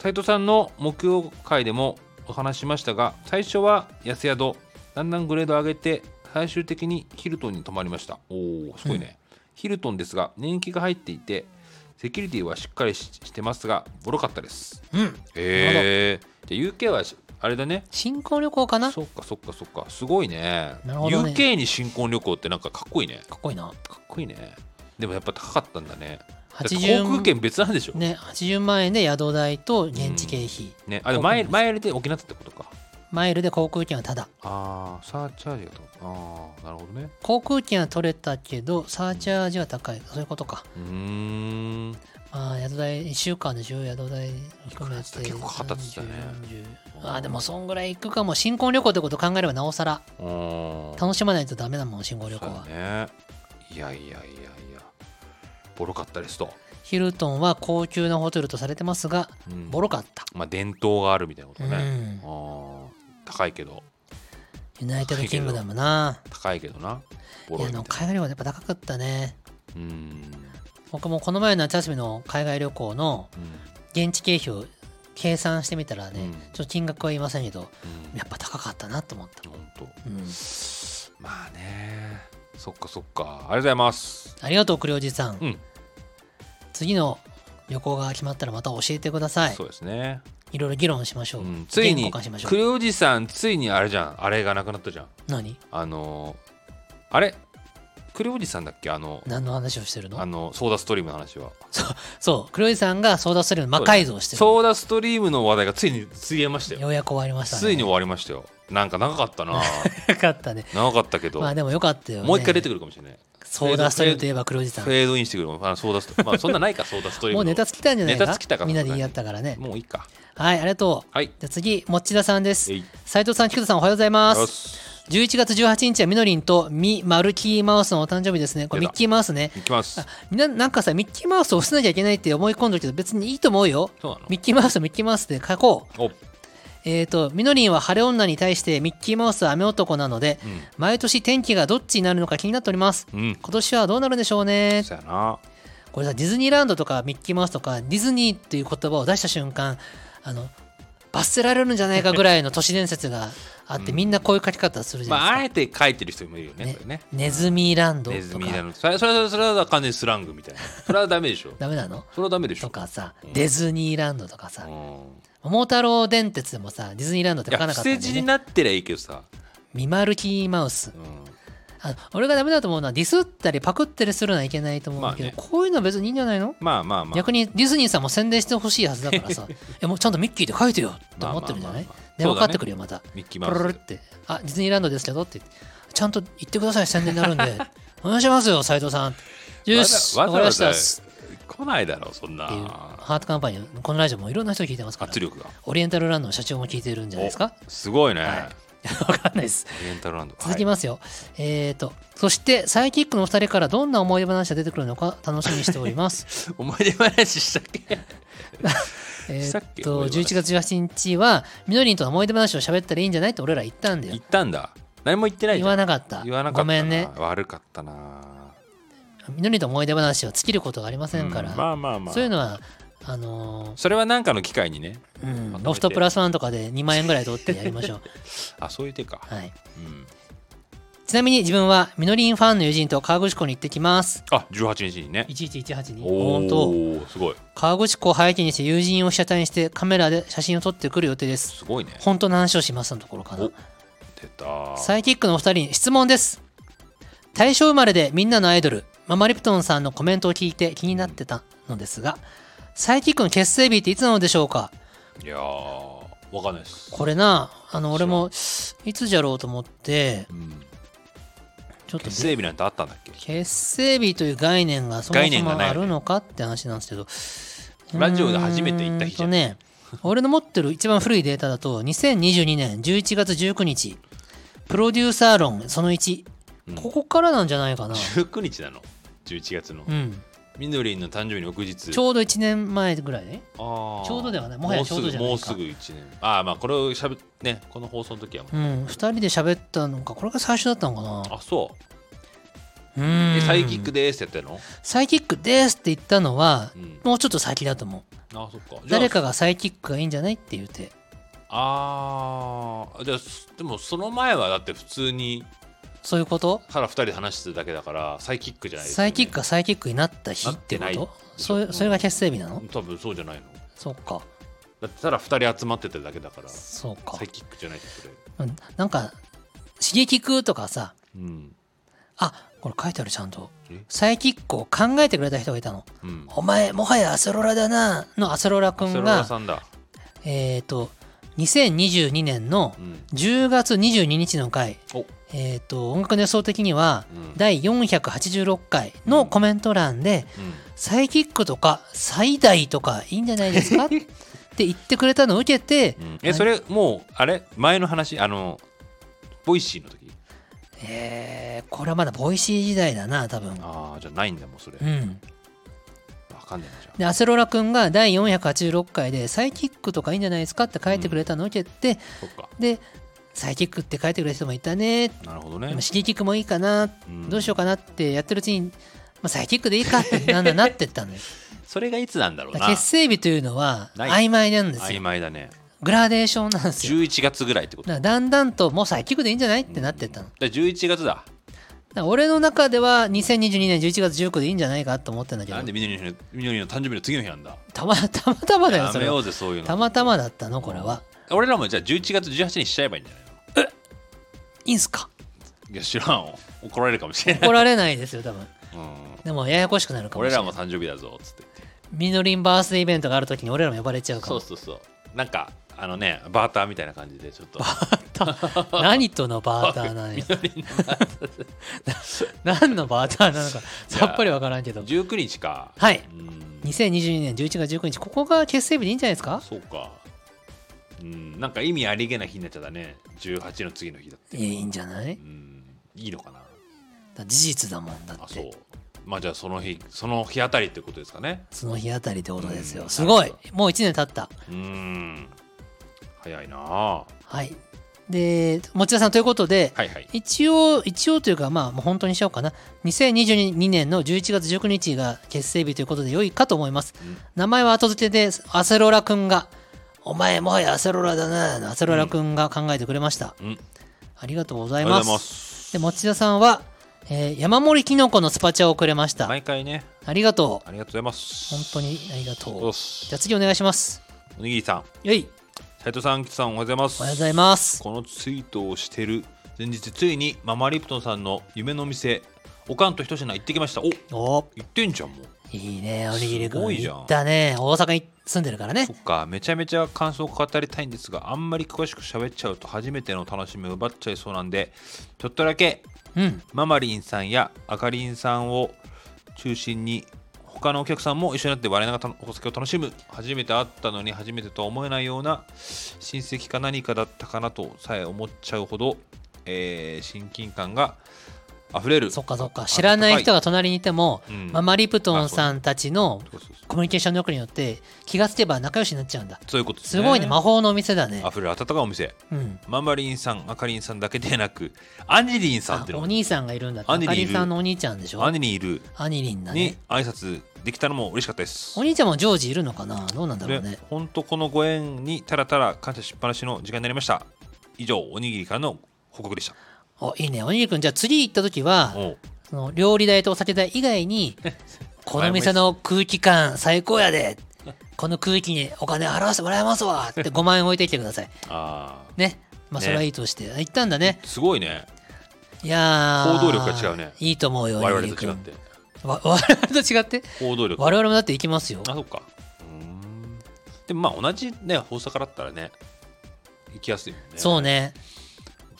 [SPEAKER 2] 斉藤さんの木曜会でもお話ししましたが最初は安宿だんだんグレード上げて最終的にヒルトンに泊まりましたおおすごいね、ヒルトンですが年季が入っていてセキュリティはしっかりししてますがボロかったです
[SPEAKER 1] うん
[SPEAKER 2] へえじゃあ UK はしあれだね
[SPEAKER 1] 新婚旅行かなか
[SPEAKER 2] そっかそっかそっかすごいね
[SPEAKER 1] なるほどね
[SPEAKER 2] UK に新婚旅行ってなんかかっこいいね
[SPEAKER 1] っこいいな
[SPEAKER 2] かっこいいねでもやっぱ高かったんだねだって
[SPEAKER 1] 80
[SPEAKER 2] 航空券別なんでしょね
[SPEAKER 1] ね80万円で宿代と現地経費、
[SPEAKER 2] あでも前前入れで沖縄だったってことか
[SPEAKER 1] マイルで航空券はただ
[SPEAKER 2] ああ、サーチャージがと。ああ、なるほどね。
[SPEAKER 1] 航空券は取れたけどサーチャージは高いそういうことか
[SPEAKER 2] うーん。
[SPEAKER 1] まあ宿代1週間でしょ宿代含めて
[SPEAKER 2] いくらっつった結構かかったっつったね
[SPEAKER 1] 30あーでもそんぐらい行くかも新婚旅行ってこと考えればなおさら
[SPEAKER 2] うん。
[SPEAKER 1] 楽しまないとダメだもん新婚旅行
[SPEAKER 2] そう
[SPEAKER 1] は、
[SPEAKER 2] だね。いやいやいやいや。ボロかったですと。
[SPEAKER 1] ヒルトンは高級なホテルとされてますが
[SPEAKER 2] うん
[SPEAKER 1] ボロかった、
[SPEAKER 2] まあ、伝統があるみたいなこと
[SPEAKER 1] う
[SPEAKER 2] ね。
[SPEAKER 1] ん
[SPEAKER 2] あー高いけど、
[SPEAKER 1] ユナイテッドキングダムな
[SPEAKER 2] 高いけどな。ボ
[SPEAKER 1] い
[SPEAKER 2] ロ
[SPEAKER 1] やあ
[SPEAKER 2] いみたい
[SPEAKER 1] の
[SPEAKER 2] な
[SPEAKER 1] 海外旅行やっぱ高かったね
[SPEAKER 2] うーん。
[SPEAKER 1] 僕もこの前の夏休みの海外旅行の現地経費を計算してみたらね、
[SPEAKER 2] うん
[SPEAKER 1] ちょっと金額は言いませんけど
[SPEAKER 2] うん。
[SPEAKER 1] やっぱ高かったなと思った、
[SPEAKER 2] うん。ほんと。
[SPEAKER 1] うん、
[SPEAKER 2] まあね。そっかそっか。ありがとうございます。
[SPEAKER 1] ありがとう、クレおじさん。
[SPEAKER 2] うん
[SPEAKER 1] 次の旅行が決まったらまた教えてください
[SPEAKER 2] そ。うですね。
[SPEAKER 1] いろいろ議論しましょう。
[SPEAKER 2] うんつい
[SPEAKER 1] 意見
[SPEAKER 2] に
[SPEAKER 1] 交換しまし、ょ
[SPEAKER 2] ク
[SPEAKER 1] う。
[SPEAKER 2] レおじさん、ついにあれじゃん。あれがなくなったじゃん。
[SPEAKER 1] 何
[SPEAKER 2] あのーあれクレおじさんだっけあの
[SPEAKER 1] 何の話をしてる
[SPEAKER 2] あ
[SPEAKER 1] の
[SPEAKER 2] のソーダストリームの話は
[SPEAKER 1] そう、クレおじさんがソーダストリーム魔改造してる。
[SPEAKER 2] ソーダストリームの話題がついについえましたよ
[SPEAKER 1] ようやく終わりましたね。
[SPEAKER 2] ついに終わりましたよなんか長かった な
[SPEAKER 1] よかったね。
[SPEAKER 2] 長かったけど、
[SPEAKER 1] まあでもよかったよ、ね。
[SPEAKER 2] もう一回出てくるかもしれない
[SPEAKER 1] ソーダストリームといえばクレおじさん
[SPEAKER 2] フ。ェードインしてくるかもあソーダストまあそんなないかソーダストリー
[SPEAKER 1] もう
[SPEAKER 2] ムの
[SPEAKER 1] ネタ尽きたんじゃないか
[SPEAKER 2] ネタ尽きたかな
[SPEAKER 1] みんなで言い合ったからね。
[SPEAKER 2] もういいか
[SPEAKER 1] はい、ありがとう。
[SPEAKER 2] はい
[SPEAKER 1] じゃあ次、もっちださんです
[SPEAKER 2] えい。
[SPEAKER 1] 斉藤さん、菊田さん、おはようございま
[SPEAKER 2] よ
[SPEAKER 1] す。
[SPEAKER 2] し
[SPEAKER 1] 11月18日はみのりんとみマルキーマウスのお誕生日ですね。これ
[SPEAKER 2] 出
[SPEAKER 1] ミ
[SPEAKER 2] た
[SPEAKER 1] ッキーマウスね。
[SPEAKER 2] いきます
[SPEAKER 1] ななんかさミッキーマウスを押さなきゃいけないって思い込んでるけど別にいいと思うよ
[SPEAKER 2] そうなの
[SPEAKER 1] ミッキーマウスミッキーマウスで書こう
[SPEAKER 2] お、うん、
[SPEAKER 1] えっ、とみのりんは晴れ女に対してミッキーマウスは雨男なので、毎年天気がどっちになるのか気になっております
[SPEAKER 2] うん
[SPEAKER 1] 今年はどうなるんでしょうね
[SPEAKER 2] そうやな
[SPEAKER 1] これさディズニーランドとかミッキーマウスとかディズニーっていう言葉を出した瞬間あの罰せられるんじゃないかぐらいの都市伝説があって、みんなこういう書き方するじゃ
[SPEAKER 2] まあ
[SPEAKER 1] な
[SPEAKER 2] あ
[SPEAKER 1] い
[SPEAKER 2] えて書いてる人もいるよね
[SPEAKER 1] です
[SPEAKER 2] そ
[SPEAKER 1] か、
[SPEAKER 2] れね
[SPEAKER 1] ネズミランド
[SPEAKER 2] ネズ
[SPEAKER 1] と
[SPEAKER 2] ミな
[SPEAKER 1] か
[SPEAKER 2] のそれそれそれは完全にスラングみたいなそれはダメでしょ
[SPEAKER 1] ダメ なの
[SPEAKER 2] それはダメでしょ
[SPEAKER 1] とかさ、
[SPEAKER 2] うん
[SPEAKER 1] ディズニーランドとかさ、
[SPEAKER 2] うん
[SPEAKER 1] 桃太郎電鉄でもさディズニーランドって
[SPEAKER 2] い
[SPEAKER 1] 書
[SPEAKER 2] や
[SPEAKER 1] かな
[SPEAKER 2] 伏
[SPEAKER 1] かった
[SPEAKER 2] せ
[SPEAKER 1] んだ
[SPEAKER 2] 字
[SPEAKER 1] よ
[SPEAKER 2] に
[SPEAKER 1] ね
[SPEAKER 2] なってりゃいいけどさ、
[SPEAKER 1] ミマルキーマウス
[SPEAKER 2] う
[SPEAKER 1] あ俺がダメだと思うのはディスったりパクったりするのはいけないと思うんだけど、
[SPEAKER 2] まあね
[SPEAKER 1] こういうのは別にいいんじゃないの、
[SPEAKER 2] ん、まあまあまあ
[SPEAKER 1] 逆にディズニーさんも宣伝してほしいはずだからさ えもうちゃんとミッキーで書いてよって思ってるんじゃない、
[SPEAKER 2] まあまあまあまあ
[SPEAKER 1] で
[SPEAKER 2] そうだ
[SPEAKER 1] 分
[SPEAKER 2] ね
[SPEAKER 1] かってくるよまた
[SPEAKER 2] ミッキー
[SPEAKER 1] プ
[SPEAKER 2] マウ
[SPEAKER 1] ロルルっ
[SPEAKER 2] ス
[SPEAKER 1] てあディズニーランドですけどってちゃんと 言ってください宣伝になるんでお願いしますよ斉藤さんよし
[SPEAKER 2] わ
[SPEAKER 1] わ
[SPEAKER 2] ざ
[SPEAKER 1] かり
[SPEAKER 2] わ
[SPEAKER 1] まし
[SPEAKER 2] ざ
[SPEAKER 1] た
[SPEAKER 2] わざ来ないだろうそんな
[SPEAKER 1] っていうハートカンパニーこのラジオもいろんな人聞いてますから
[SPEAKER 2] 圧力が
[SPEAKER 1] オリエンタルランドの社長も聞いてるんじゃないですか
[SPEAKER 2] おすごいね、
[SPEAKER 1] はい わかんないです。
[SPEAKER 2] オリエンタルランド
[SPEAKER 1] 続きますよ。えーと、そして、サイキックのお二人からどんな思い出話が出てくるのか楽しみにしており ます。
[SPEAKER 2] はい思い出話したっけ
[SPEAKER 1] え
[SPEAKER 2] したっ
[SPEAKER 1] ー
[SPEAKER 2] け
[SPEAKER 1] と、
[SPEAKER 2] 思い出
[SPEAKER 1] 11
[SPEAKER 2] 話
[SPEAKER 1] 月18日は、みどりんとの思い出話を喋ったらいいんじゃないって俺ら言ったんだよ
[SPEAKER 2] 言っ。たんだ何も言ってないじ
[SPEAKER 1] 言
[SPEAKER 2] ゃん
[SPEAKER 1] わなかった。
[SPEAKER 2] 言わなかった
[SPEAKER 1] ごめんね。
[SPEAKER 2] 悪かったな
[SPEAKER 1] みどりんと思い出話は尽きることがありませんから、
[SPEAKER 2] うんまあまあまあ
[SPEAKER 1] そういうのは、あのー
[SPEAKER 2] それは何かの機会にね
[SPEAKER 1] うん
[SPEAKER 2] まとめて
[SPEAKER 1] ロフトプラスワンとかで2万円ぐらい取ってやりましょ う。
[SPEAKER 2] あそういう手か、
[SPEAKER 1] はい、
[SPEAKER 2] うん、
[SPEAKER 1] ちなみに自分はみのりんファンの友人と河口湖に行ってきます。
[SPEAKER 2] あ18日にね
[SPEAKER 1] 1118に。
[SPEAKER 2] お
[SPEAKER 1] 本当。
[SPEAKER 2] おすごい
[SPEAKER 1] 河口湖を背景にして友人を被写体にしてカメラで写真を撮ってくる予定です
[SPEAKER 2] すごいね
[SPEAKER 1] 本当の話をしますのところかな
[SPEAKER 2] お出た
[SPEAKER 1] サイキックのお二人に質問です大正生まれでみんなのアイドルママリプトンさんのコメントを聞いて気になってたのですがサイキックの結成日っていつなのでしょうか
[SPEAKER 2] いやーわかんないです
[SPEAKER 1] これなあの俺もいつじゃろうと思って
[SPEAKER 2] うん
[SPEAKER 1] ちょっと
[SPEAKER 2] 結成日なんてあったんだっけ
[SPEAKER 1] 結成日という概念がそも
[SPEAKER 2] 概
[SPEAKER 1] そ
[SPEAKER 2] 念が
[SPEAKER 1] も
[SPEAKER 2] ない
[SPEAKER 1] あ
[SPEAKER 2] よね
[SPEAKER 1] るのかって話なんですけど
[SPEAKER 2] ラジオで初めて行った日じゃん
[SPEAKER 1] うーんとね俺の持ってる一番古いデータだと2022年11月19日プロデューサー論その1、
[SPEAKER 2] うん
[SPEAKER 1] ここからなんじゃないかな、
[SPEAKER 2] 19日なの11月の
[SPEAKER 1] うん、
[SPEAKER 2] みのりんの誕生日の翌日
[SPEAKER 1] ちょうど1年前ぐらいね
[SPEAKER 2] あー
[SPEAKER 1] ちょうどではないもはやちょうどじゃないか
[SPEAKER 2] もうすぐもうすぐ1年ああまあこれをしゃべねこの放送の時はもう
[SPEAKER 1] うん、2人で喋ったのかこれが最初だったのかな
[SPEAKER 2] あそう
[SPEAKER 1] う
[SPEAKER 2] え
[SPEAKER 1] ーん
[SPEAKER 2] サイキックですってやったの
[SPEAKER 1] サイキックですって言ったのは
[SPEAKER 2] うん
[SPEAKER 1] もうちょっと先だと思う
[SPEAKER 2] あそっかじゃあ
[SPEAKER 1] 誰かがサイキックがいいんじゃないって言って
[SPEAKER 2] あーじゃあすでもその前はだって普通に
[SPEAKER 1] そういうこと
[SPEAKER 2] ただ2人で話してるだけだからサイキックじゃないですよ
[SPEAKER 1] サ
[SPEAKER 2] ね
[SPEAKER 1] イキックがサイキックになった日って
[SPEAKER 2] な
[SPEAKER 1] こ
[SPEAKER 2] ってない
[SPEAKER 1] とそれそれが結成日なの、
[SPEAKER 2] 多分そうじゃないの
[SPEAKER 1] そっか
[SPEAKER 2] だってただ2人集まってただけだからサ
[SPEAKER 1] そうか
[SPEAKER 2] イキックじゃないってそれ
[SPEAKER 1] うんなんか刺激くとかさ
[SPEAKER 2] うん
[SPEAKER 1] あこれ書いてあるちゃんと
[SPEAKER 2] え
[SPEAKER 1] サイキックを考えてくれた人がいたの
[SPEAKER 2] うん
[SPEAKER 1] 「お前もはやアセロラだな」のアセロラく
[SPEAKER 2] それ
[SPEAKER 1] ん
[SPEAKER 2] は
[SPEAKER 1] が
[SPEAKER 2] さんだ
[SPEAKER 1] えっ、と2022年の
[SPEAKER 2] うん
[SPEAKER 1] 10月22日の回
[SPEAKER 2] お
[SPEAKER 1] えっ、と音楽の予想的には
[SPEAKER 2] うん
[SPEAKER 1] 第486回のコメント欄で、
[SPEAKER 2] うん
[SPEAKER 1] サイキックとか最大とかいいんじゃない ですかって言ってくれたのを受けて、
[SPEAKER 2] うんえそれもうあれ前の話あのボイシーの時
[SPEAKER 1] えーこれはまだボイシー時代だな多分
[SPEAKER 2] ああじゃあないんだもうそれ
[SPEAKER 1] うん
[SPEAKER 2] わかんないなじゃ
[SPEAKER 1] でアセロラくんが第486回でサイキックとかいいんじゃないですかって書いてくれたのを受けて、
[SPEAKER 2] あそっか
[SPEAKER 1] でサイキックって書いてくれる人もいたねで
[SPEAKER 2] なるほど
[SPEAKER 1] も
[SPEAKER 2] ね
[SPEAKER 1] シティキックもいいかな
[SPEAKER 2] うん
[SPEAKER 1] どうしようかなってやってるうちに、まあ、サイキックでいいかってなんだなってったん です
[SPEAKER 2] それがいつなんだろう
[SPEAKER 1] だか
[SPEAKER 2] な
[SPEAKER 1] ら結成日というのは
[SPEAKER 2] ない
[SPEAKER 1] 曖昧なんです
[SPEAKER 2] 曖
[SPEAKER 1] よ
[SPEAKER 2] 昧だね
[SPEAKER 1] グラデーションなんですよ
[SPEAKER 2] 11月ぐらいってこと
[SPEAKER 1] だからだんだんともうサイキックでいいんじゃないってなってったの
[SPEAKER 2] だから11月だ
[SPEAKER 1] だから俺の中では2022年11月19でいいんじゃないかと思ってんだけど
[SPEAKER 2] なんでみのりのみのりの誕生日の次の日なんだ
[SPEAKER 1] たまたまたまだよ
[SPEAKER 2] や
[SPEAKER 1] そ
[SPEAKER 2] め
[SPEAKER 1] れ
[SPEAKER 2] よ
[SPEAKER 1] は
[SPEAKER 2] うぜそういうの
[SPEAKER 1] たまたまだったのこれは
[SPEAKER 2] 俺らもじゃあ11月18日にしちゃえばいいんじゃないの
[SPEAKER 1] いいんすか
[SPEAKER 2] いや知らん怒られるかもしれ ない、
[SPEAKER 1] 怒られないですよ多分
[SPEAKER 2] うん、
[SPEAKER 1] でもややこしくなるかも
[SPEAKER 2] 俺
[SPEAKER 1] しれ
[SPEAKER 2] ら
[SPEAKER 1] ない
[SPEAKER 2] も誕生日だぞっつって言って
[SPEAKER 1] みのりんバースデーイベントがある時に俺らも呼ばれちゃうか
[SPEAKER 2] そ
[SPEAKER 1] も
[SPEAKER 2] うそうそうなんかあのねバーターみたいな感じでちょっ と
[SPEAKER 1] 何とのバーターなんや何のバーターなのか
[SPEAKER 2] じゃ
[SPEAKER 1] さ
[SPEAKER 2] あ
[SPEAKER 1] っぱりわからんけど
[SPEAKER 2] 19日か
[SPEAKER 1] は
[SPEAKER 2] う
[SPEAKER 1] い
[SPEAKER 2] ん
[SPEAKER 1] 2022年11月19日ここが結成日でいいんじゃないですか
[SPEAKER 2] そうかうんなんか意味ありげな日になっちゃったね18の次の日だって
[SPEAKER 1] いやいいんじゃない
[SPEAKER 2] うんいいのかな
[SPEAKER 1] だ事実だもんだ
[SPEAKER 2] あ
[SPEAKER 1] っ
[SPEAKER 2] そう
[SPEAKER 1] て
[SPEAKER 2] まあじゃあその日その日あたりってことですかね
[SPEAKER 1] その日あたりってことです
[SPEAKER 2] う
[SPEAKER 1] よ
[SPEAKER 2] ん
[SPEAKER 1] すごいもう1年経った
[SPEAKER 2] うん早いなあ
[SPEAKER 1] はい。で、持田さんということで、
[SPEAKER 2] はいはい
[SPEAKER 1] 一応、一応というか、まあ、もう本当にしようかな。2022年の11月19日が結成日ということで良いかと思います。
[SPEAKER 2] うん
[SPEAKER 1] 名前は後付けで、アセロラくんが、お前もはやアセロラだなの、アセロラくんが考えてくれました。
[SPEAKER 2] うん
[SPEAKER 1] ありがとうご
[SPEAKER 2] あ
[SPEAKER 1] ざ
[SPEAKER 2] り
[SPEAKER 1] い
[SPEAKER 2] がとうご
[SPEAKER 1] ま
[SPEAKER 2] ざい
[SPEAKER 1] す。
[SPEAKER 2] ます
[SPEAKER 1] で、持田さんは、えー山盛りきのこのスパチャをくれました。
[SPEAKER 2] 毎回ね
[SPEAKER 1] ありがとう。
[SPEAKER 2] ありがとうございます
[SPEAKER 1] 本当にありがと
[SPEAKER 2] よ
[SPEAKER 1] う。
[SPEAKER 2] し
[SPEAKER 1] じゃあ次お願いします。
[SPEAKER 2] おにぎりさん
[SPEAKER 1] よい。
[SPEAKER 2] 斉藤さん、キさん、おはようございます。
[SPEAKER 1] おはようございます。
[SPEAKER 2] このツイートをしてる前日、ついにママリプトンさんの夢の店、おかんとひと品行ってきました。お行
[SPEAKER 1] お
[SPEAKER 2] ってんじゃん、もう。
[SPEAKER 1] いいね、おにぎりく
[SPEAKER 2] す
[SPEAKER 1] ん。
[SPEAKER 2] ごいじゃん
[SPEAKER 1] 行ったね。大阪に住んでるからね
[SPEAKER 2] そ。っか、めちゃめちゃ感想を語りたいんですが、あんまり詳しく喋っちゃうと初めての楽しみを奪っちゃいそうなんで、ちょっとだけ
[SPEAKER 1] うん。
[SPEAKER 2] ママリンさんやあかりんさんを中心に他のお客さんも一緒になって我ながらお酒を楽しむ初めて会ったのに初めてとは思えないような親戚か何かだったかなとさえ思っちゃうほど、えー親近感が溢れる
[SPEAKER 1] そっかそっか知らない人
[SPEAKER 2] が
[SPEAKER 1] が隣にいても、
[SPEAKER 2] うん
[SPEAKER 1] ママリプトンさんたちの
[SPEAKER 2] そうそうそう
[SPEAKER 1] コミュニケーション力によって気がつけば仲良しになっちゃうんだ
[SPEAKER 2] そういうことです
[SPEAKER 1] す
[SPEAKER 2] ね
[SPEAKER 1] ごいね魔法のお店だね
[SPEAKER 2] 溢れる温かいお店
[SPEAKER 1] うん
[SPEAKER 2] マンマリンさんあかりんさんだけでなくアニリンさん
[SPEAKER 1] あ
[SPEAKER 2] っていう
[SPEAKER 1] お
[SPEAKER 2] のも
[SPEAKER 1] 兄さんがいるんだって
[SPEAKER 2] アニリン
[SPEAKER 1] あかりさんのお兄ちゃんでしょ
[SPEAKER 2] アニリンいる
[SPEAKER 1] アニリンだ
[SPEAKER 2] に
[SPEAKER 1] ね
[SPEAKER 2] 挨拶できたのも嬉しかったです
[SPEAKER 1] お兄ちゃんもジョージいるのかなどうなんだろうね
[SPEAKER 2] で本当このご縁にたらたら感謝しっぱなしの時間になりました以上おにぎりからの報告でした
[SPEAKER 1] おいいねおにぎりくんじゃあ次行った時は
[SPEAKER 2] おう
[SPEAKER 1] その料理代とお酒代以外 にこの店の空気感最高やでこの空気にお金払わせてもらいますわって5万円置いてきてください
[SPEAKER 2] あー
[SPEAKER 1] ねまあ
[SPEAKER 2] ね
[SPEAKER 1] それはいいとして、あ行ったんだね
[SPEAKER 2] すごいね
[SPEAKER 1] いやー
[SPEAKER 2] 行動力が違うね
[SPEAKER 1] いいと思うよ
[SPEAKER 2] 我
[SPEAKER 1] おに
[SPEAKER 2] 々
[SPEAKER 1] ぎりく
[SPEAKER 2] と
[SPEAKER 1] ん
[SPEAKER 2] 違って
[SPEAKER 1] わ 我々と違って
[SPEAKER 2] 行動力あ
[SPEAKER 1] 我々もだって行きますよ
[SPEAKER 2] そっかうーんでもまあ同じね大阪だったらね行きやすいもんね
[SPEAKER 1] そうね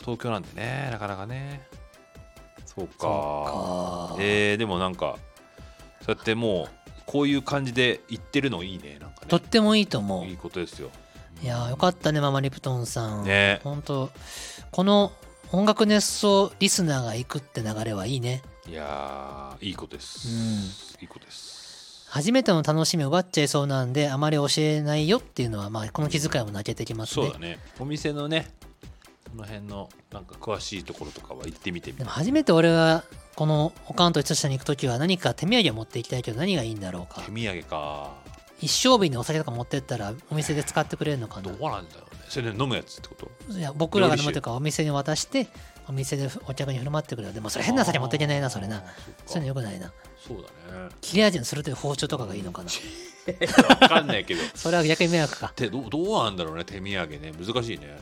[SPEAKER 2] 東京なんでねなかなかねそうか
[SPEAKER 1] そうか
[SPEAKER 2] えーでもなんかそうやってもうこういう感じで行ってるのいいねなんか
[SPEAKER 1] と
[SPEAKER 2] ね
[SPEAKER 1] ってもいいと思う
[SPEAKER 2] いいことですよ
[SPEAKER 1] いやーよかったねママリプトンさん
[SPEAKER 2] ね
[SPEAKER 1] 本当この音楽熱奏リスナーが行くって流れはいいね
[SPEAKER 2] いやーいいことです、
[SPEAKER 1] うん
[SPEAKER 2] いいことです
[SPEAKER 1] 初めての楽しみを奪っちゃいそうなんであまり教えないよっていうのは、まあ、この気遣いも泣けてきます
[SPEAKER 2] そ
[SPEAKER 1] ね
[SPEAKER 2] うだねお店のねその辺のなんか詳しいところとかは行ってみて
[SPEAKER 1] で
[SPEAKER 2] みたい
[SPEAKER 1] も初めて俺がこのおかんと一緒に行く時は何か手土産を持っていきたいけど何がいいんだろうか
[SPEAKER 2] 手土産か
[SPEAKER 1] 一生瓶のお酒とか持ってったらお店で使ってくれるのか
[SPEAKER 2] ど
[SPEAKER 1] な
[SPEAKER 2] うなんだろうねそれで飲むやつってこと
[SPEAKER 1] いや僕らが飲むというかお店に渡してお店でお客に振る舞ってくれるでもそれ変な酒持っていけないなそれな
[SPEAKER 2] あー
[SPEAKER 1] そういうのよくないな
[SPEAKER 2] そうかそうだね
[SPEAKER 1] 切れ味のするという包丁とかがいいのかな
[SPEAKER 2] 分かんないけど
[SPEAKER 1] それは逆に迷惑か
[SPEAKER 2] でどうどうなんだろうね手土産ね難しいね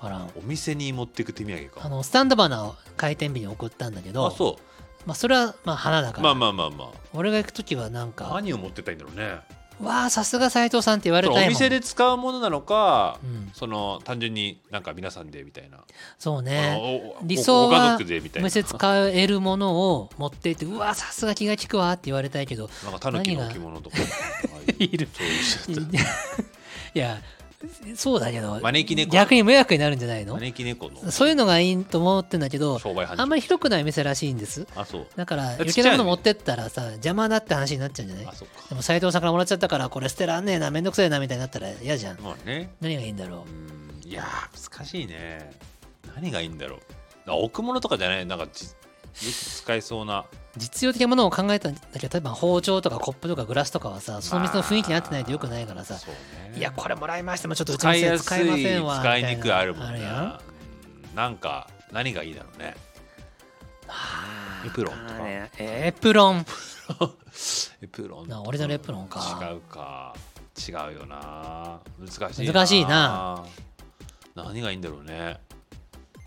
[SPEAKER 1] あらん
[SPEAKER 2] お店に持ってく手土産
[SPEAKER 1] あ
[SPEAKER 2] か
[SPEAKER 1] のスタンドバナーを回転日に送ったんだけど
[SPEAKER 2] あそ
[SPEAKER 1] まあ、それはまあ花だか
[SPEAKER 2] う
[SPEAKER 1] ら、
[SPEAKER 2] まあまあまあま
[SPEAKER 1] 俺が行く時はなん
[SPEAKER 2] あ
[SPEAKER 1] か
[SPEAKER 2] 何を持ってったらいいんだろうね
[SPEAKER 1] 「わあさすが斎藤さん」って言われ
[SPEAKER 2] そ
[SPEAKER 1] た
[SPEAKER 2] の
[SPEAKER 1] い
[SPEAKER 2] お
[SPEAKER 1] もん
[SPEAKER 2] 店で使うものなのか、
[SPEAKER 1] うん
[SPEAKER 2] その単純になんか皆さんでみたいな
[SPEAKER 1] そう
[SPEAKER 2] あの
[SPEAKER 1] ね
[SPEAKER 2] おお
[SPEAKER 1] 理想は
[SPEAKER 2] ご家族でみた
[SPEAKER 1] お
[SPEAKER 2] いな
[SPEAKER 1] 店使えるものを持っていって「うわあさすが気が利くわ」って言われたいけど
[SPEAKER 2] なんかタヌキの置物とか
[SPEAKER 1] いる
[SPEAKER 2] そういう人
[SPEAKER 1] いいやそうだけど
[SPEAKER 2] 招き猫
[SPEAKER 1] 逆に迷惑になるんじゃないの
[SPEAKER 2] 招き猫の
[SPEAKER 1] そういうのがいいと思ってんだけど
[SPEAKER 2] 商売繁盛
[SPEAKER 1] あんまり広くない店らしいんです
[SPEAKER 2] あそう
[SPEAKER 1] だから
[SPEAKER 2] ちっ
[SPEAKER 1] 余
[SPEAKER 2] ちゃ
[SPEAKER 1] 計
[SPEAKER 2] い
[SPEAKER 1] なもの持ってったらさ邪魔だって話になっちゃうんじゃない
[SPEAKER 2] あそう
[SPEAKER 1] で
[SPEAKER 2] か
[SPEAKER 1] も斎藤さんからもらっちゃったからこれ捨てらんねえなめんどくせえなみたいになったら嫌じゃん
[SPEAKER 2] まあね
[SPEAKER 1] 何がいいんだろ
[SPEAKER 2] うんいやー難しいね何がいいんだろうあ置物とかじゃないなんかじよく使えそうな
[SPEAKER 1] う実用的なものを考えたんだけど例えば包丁とかコップとかグラスとかはさその店の雰囲気に合ってないとよくないからさ、
[SPEAKER 2] そうね
[SPEAKER 1] いやこれもらいましてもちょっとうちの
[SPEAKER 2] 使い
[SPEAKER 1] 店
[SPEAKER 2] や
[SPEAKER 1] 使
[SPEAKER 2] す
[SPEAKER 1] え
[SPEAKER 2] い
[SPEAKER 1] ませんわ
[SPEAKER 2] 使い
[SPEAKER 1] みた
[SPEAKER 2] に
[SPEAKER 1] な
[SPEAKER 2] くいあるもん
[SPEAKER 1] あや
[SPEAKER 2] なうんなんか何がいいだろうねエプロンとか
[SPEAKER 1] あーねエプロン
[SPEAKER 2] エプロン
[SPEAKER 1] なオリジナルエプロンか
[SPEAKER 2] 違うか違うよな難しい
[SPEAKER 1] 難しいな
[SPEAKER 2] 何がいいんだろうね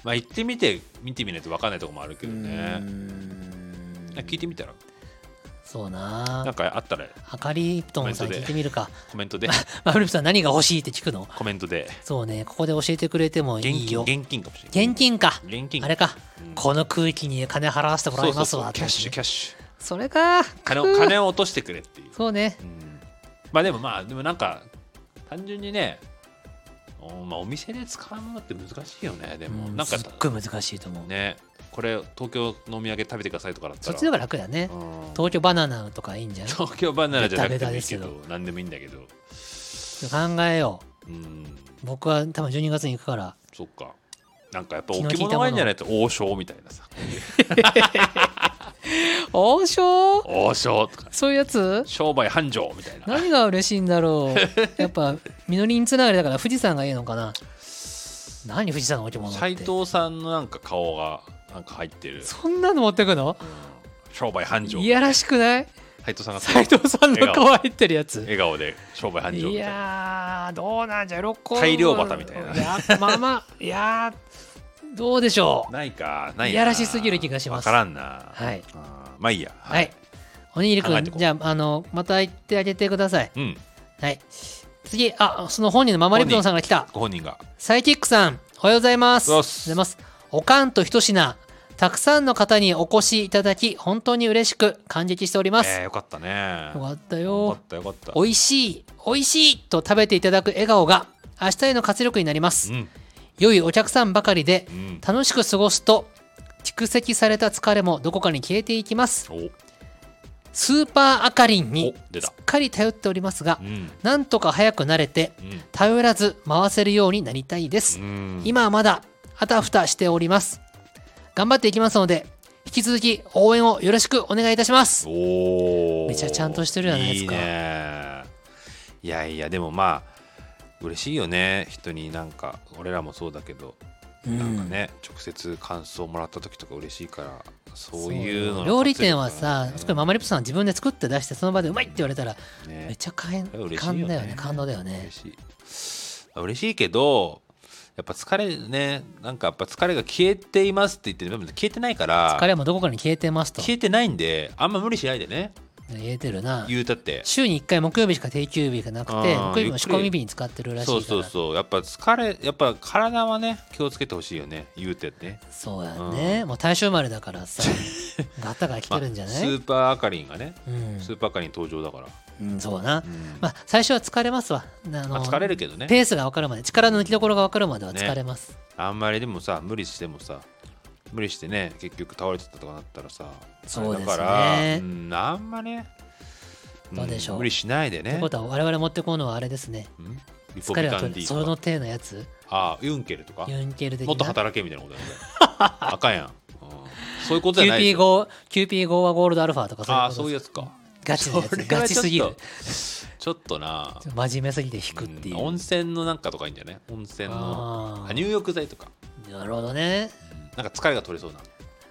[SPEAKER 2] まあ行ってみて見てみないと分かんないとこもあるけど
[SPEAKER 1] うー
[SPEAKER 2] ね
[SPEAKER 1] ん
[SPEAKER 2] 聞いてみたら
[SPEAKER 1] そうな
[SPEAKER 2] なんかあったら
[SPEAKER 1] あかりプトンさん
[SPEAKER 2] コ
[SPEAKER 1] 聞
[SPEAKER 2] メントで
[SPEAKER 1] いてみるか
[SPEAKER 2] コメントで
[SPEAKER 1] マフリップさん何が欲しいって聞くの
[SPEAKER 2] コメントで
[SPEAKER 1] そうねここで教えてくれてもい
[SPEAKER 2] 現
[SPEAKER 1] い
[SPEAKER 2] 金
[SPEAKER 1] よ
[SPEAKER 2] 現金かもしれない
[SPEAKER 1] 現金か
[SPEAKER 2] 現金
[SPEAKER 1] あれか、
[SPEAKER 2] うん
[SPEAKER 1] この空気に金払わせてもらいますわ
[SPEAKER 2] そうそうそうキャッシュキ
[SPEAKER 1] ャッシ
[SPEAKER 2] ャッシュ
[SPEAKER 1] ュそれか
[SPEAKER 2] 金を
[SPEAKER 1] くー
[SPEAKER 2] 金を落としてくれっていう
[SPEAKER 1] そうね
[SPEAKER 2] うんまあでもまあでもなんか単純にねお,、まあ、お店で使うものって難しいよねでも、
[SPEAKER 1] うん
[SPEAKER 2] なんか
[SPEAKER 1] すっごい難しいと思う、
[SPEAKER 2] ねこれ東京のお土産食べてくださいとかだった
[SPEAKER 1] そっ
[SPEAKER 2] ら
[SPEAKER 1] ちの方が楽だね、
[SPEAKER 2] うん
[SPEAKER 1] 東京バナナとかいいんじゃんちょっ
[SPEAKER 2] 東京バナナじゃなくてもいいけ
[SPEAKER 1] ベタベタ
[SPEAKER 2] ど何でもいいんだけど
[SPEAKER 1] と考えよ
[SPEAKER 2] うん
[SPEAKER 1] う僕は多分12月に行くから
[SPEAKER 2] そっかなんかやっぱ置物がいいんじゃないと王将みたいなさ
[SPEAKER 1] 王将
[SPEAKER 2] 王将とか
[SPEAKER 1] そういうやつ
[SPEAKER 2] 商売繁盛みたいな
[SPEAKER 1] 何が嬉しいんだろうやっぱみのりんつながりだから富士山がいいのかな何富士山の置物って
[SPEAKER 2] 斎藤さんのなんか顔がなんか入ってる
[SPEAKER 1] そんなの持ってくの
[SPEAKER 2] 商売繁盛
[SPEAKER 1] いやらしくない
[SPEAKER 2] 斎藤さんが
[SPEAKER 1] 斎藤さんの顔入ってるやつ
[SPEAKER 2] 笑顔で商売繁盛みたいない
[SPEAKER 1] やーどうなんじゃ喜ぶ
[SPEAKER 2] 大量バタみたいない
[SPEAKER 1] やまあまあいやーどうでしょう
[SPEAKER 2] ないか、ない
[SPEAKER 1] い
[SPEAKER 2] な。
[SPEAKER 1] やらしすぎる気がします
[SPEAKER 2] わからんな。
[SPEAKER 1] はい
[SPEAKER 2] あーまあいいや。
[SPEAKER 1] はい、。おにぎりく
[SPEAKER 2] 考え
[SPEAKER 1] ん
[SPEAKER 2] てこう
[SPEAKER 1] じゃああのまた行ってあげてください
[SPEAKER 2] うん、
[SPEAKER 1] はい次あその本人のママリプトンさんが来た
[SPEAKER 2] ご本人が。
[SPEAKER 1] サイキックさんおはようございます
[SPEAKER 2] おはよう
[SPEAKER 1] おはよ
[SPEAKER 2] ござい
[SPEAKER 1] うございますおかんとひと品たくさんの方にお越しいただき本当に嬉しく感激しております、
[SPEAKER 2] えーよかったね
[SPEAKER 1] よかった
[SPEAKER 2] よ
[SPEAKER 1] よ
[SPEAKER 2] かったよかった
[SPEAKER 1] 美味しい美味しいと食べていただく笑顔が明日への活力になります
[SPEAKER 2] うん
[SPEAKER 1] 良いお客さんばかりで
[SPEAKER 2] うん
[SPEAKER 1] 楽しく過ごすと蓄積された疲れもどこかに消えていきます
[SPEAKER 2] お
[SPEAKER 1] スーパーアカリンに
[SPEAKER 2] お出た
[SPEAKER 1] すっかり頼っておりますが
[SPEAKER 2] うん
[SPEAKER 1] なんとか早く慣れて
[SPEAKER 2] うん
[SPEAKER 1] 頼らず回せるようになりたいです
[SPEAKER 2] うん
[SPEAKER 1] 今はまだあたふたしております頑張っていきますので引き続き応援をよろしくお願いいたします
[SPEAKER 2] おー
[SPEAKER 1] めちゃちゃんとしてるじゃないですか
[SPEAKER 2] いねいやいやでもまあ嬉しいよね人になんか俺らもそうだけど、なんかね直接感想もらった時とか嬉しいからそういうの
[SPEAKER 1] そ
[SPEAKER 2] の
[SPEAKER 1] う料理店は
[SPEAKER 2] 活
[SPEAKER 1] さ
[SPEAKER 2] 力
[SPEAKER 1] 特に
[SPEAKER 2] が
[SPEAKER 1] ママリップさんは自分で作って出してその場でうまいって言われたら
[SPEAKER 2] ね
[SPEAKER 1] めっちゃ感
[SPEAKER 2] これ嬉しい
[SPEAKER 1] 感だよね感動だよね
[SPEAKER 2] 嬉しいあ嬉しいけどやっぱ疲れねなんかやっぱ疲れが消えていますって言ってるでも消えてないから
[SPEAKER 1] 疲れもどこかに消えてますと
[SPEAKER 2] 消えてないんであんま無理しないでね
[SPEAKER 1] 言えてるな
[SPEAKER 2] 言うたって
[SPEAKER 1] 週に1回木曜日しか定休日がなくて
[SPEAKER 2] あー
[SPEAKER 1] 木曜日も仕込み日に使ってるらしいか
[SPEAKER 2] そ
[SPEAKER 1] ら
[SPEAKER 2] うそうそうやっぱ疲れやっぱ体はね気をつけてほしいよね言うてね
[SPEAKER 1] そうやね、もう大正生まれだからさガタが来てるんじゃな
[SPEAKER 2] まあ
[SPEAKER 1] い、
[SPEAKER 2] スーパーアカリンがね
[SPEAKER 1] うん
[SPEAKER 2] スーパーアカリン登場だから、
[SPEAKER 1] うん、そうだな、
[SPEAKER 2] うん
[SPEAKER 1] まあ、最初は疲れますわあの
[SPEAKER 2] まあ疲れるけどね
[SPEAKER 1] ペースが分かるまで力の抜きどころが分かるまでは疲れます、
[SPEAKER 2] あんまりでもさ無理してもさ無理してね結局倒れてたとかなったらさ
[SPEAKER 1] そうですね
[SPEAKER 2] だから、うん、あんまねん
[SPEAKER 1] どうでしょう
[SPEAKER 2] 無理しないでね
[SPEAKER 1] ってことは我々持ってこうのはあれですね
[SPEAKER 2] うんリポ
[SPEAKER 1] 疲
[SPEAKER 2] ビ
[SPEAKER 1] れは
[SPEAKER 2] タン
[SPEAKER 1] 取
[SPEAKER 2] D
[SPEAKER 1] る
[SPEAKER 2] と
[SPEAKER 1] そ
[SPEAKER 2] か
[SPEAKER 1] の手のやつ
[SPEAKER 2] ああユンケルとか
[SPEAKER 1] ユンケル的な
[SPEAKER 2] もっと働けみたいなことやねあかんやん、うんそういうことじゃないでしょ
[SPEAKER 1] QP5 QP5 はゴールドアルファとかそういう
[SPEAKER 2] あ
[SPEAKER 1] こ
[SPEAKER 2] あ
[SPEAKER 1] と
[SPEAKER 2] そういうやつか
[SPEAKER 1] ガチのやつ
[SPEAKER 2] それは
[SPEAKER 1] ガチすぎ
[SPEAKER 2] ちょっ
[SPEAKER 1] る
[SPEAKER 2] とちょっとな
[SPEAKER 1] 真面目すぎて引くっていう、
[SPEAKER 2] うん温泉のなんかとかいいんじゃない温泉の
[SPEAKER 1] あ
[SPEAKER 2] あ
[SPEAKER 1] ー
[SPEAKER 2] 入浴剤とか、
[SPEAKER 1] なるほどね
[SPEAKER 2] うんなんか疲れが取れそうな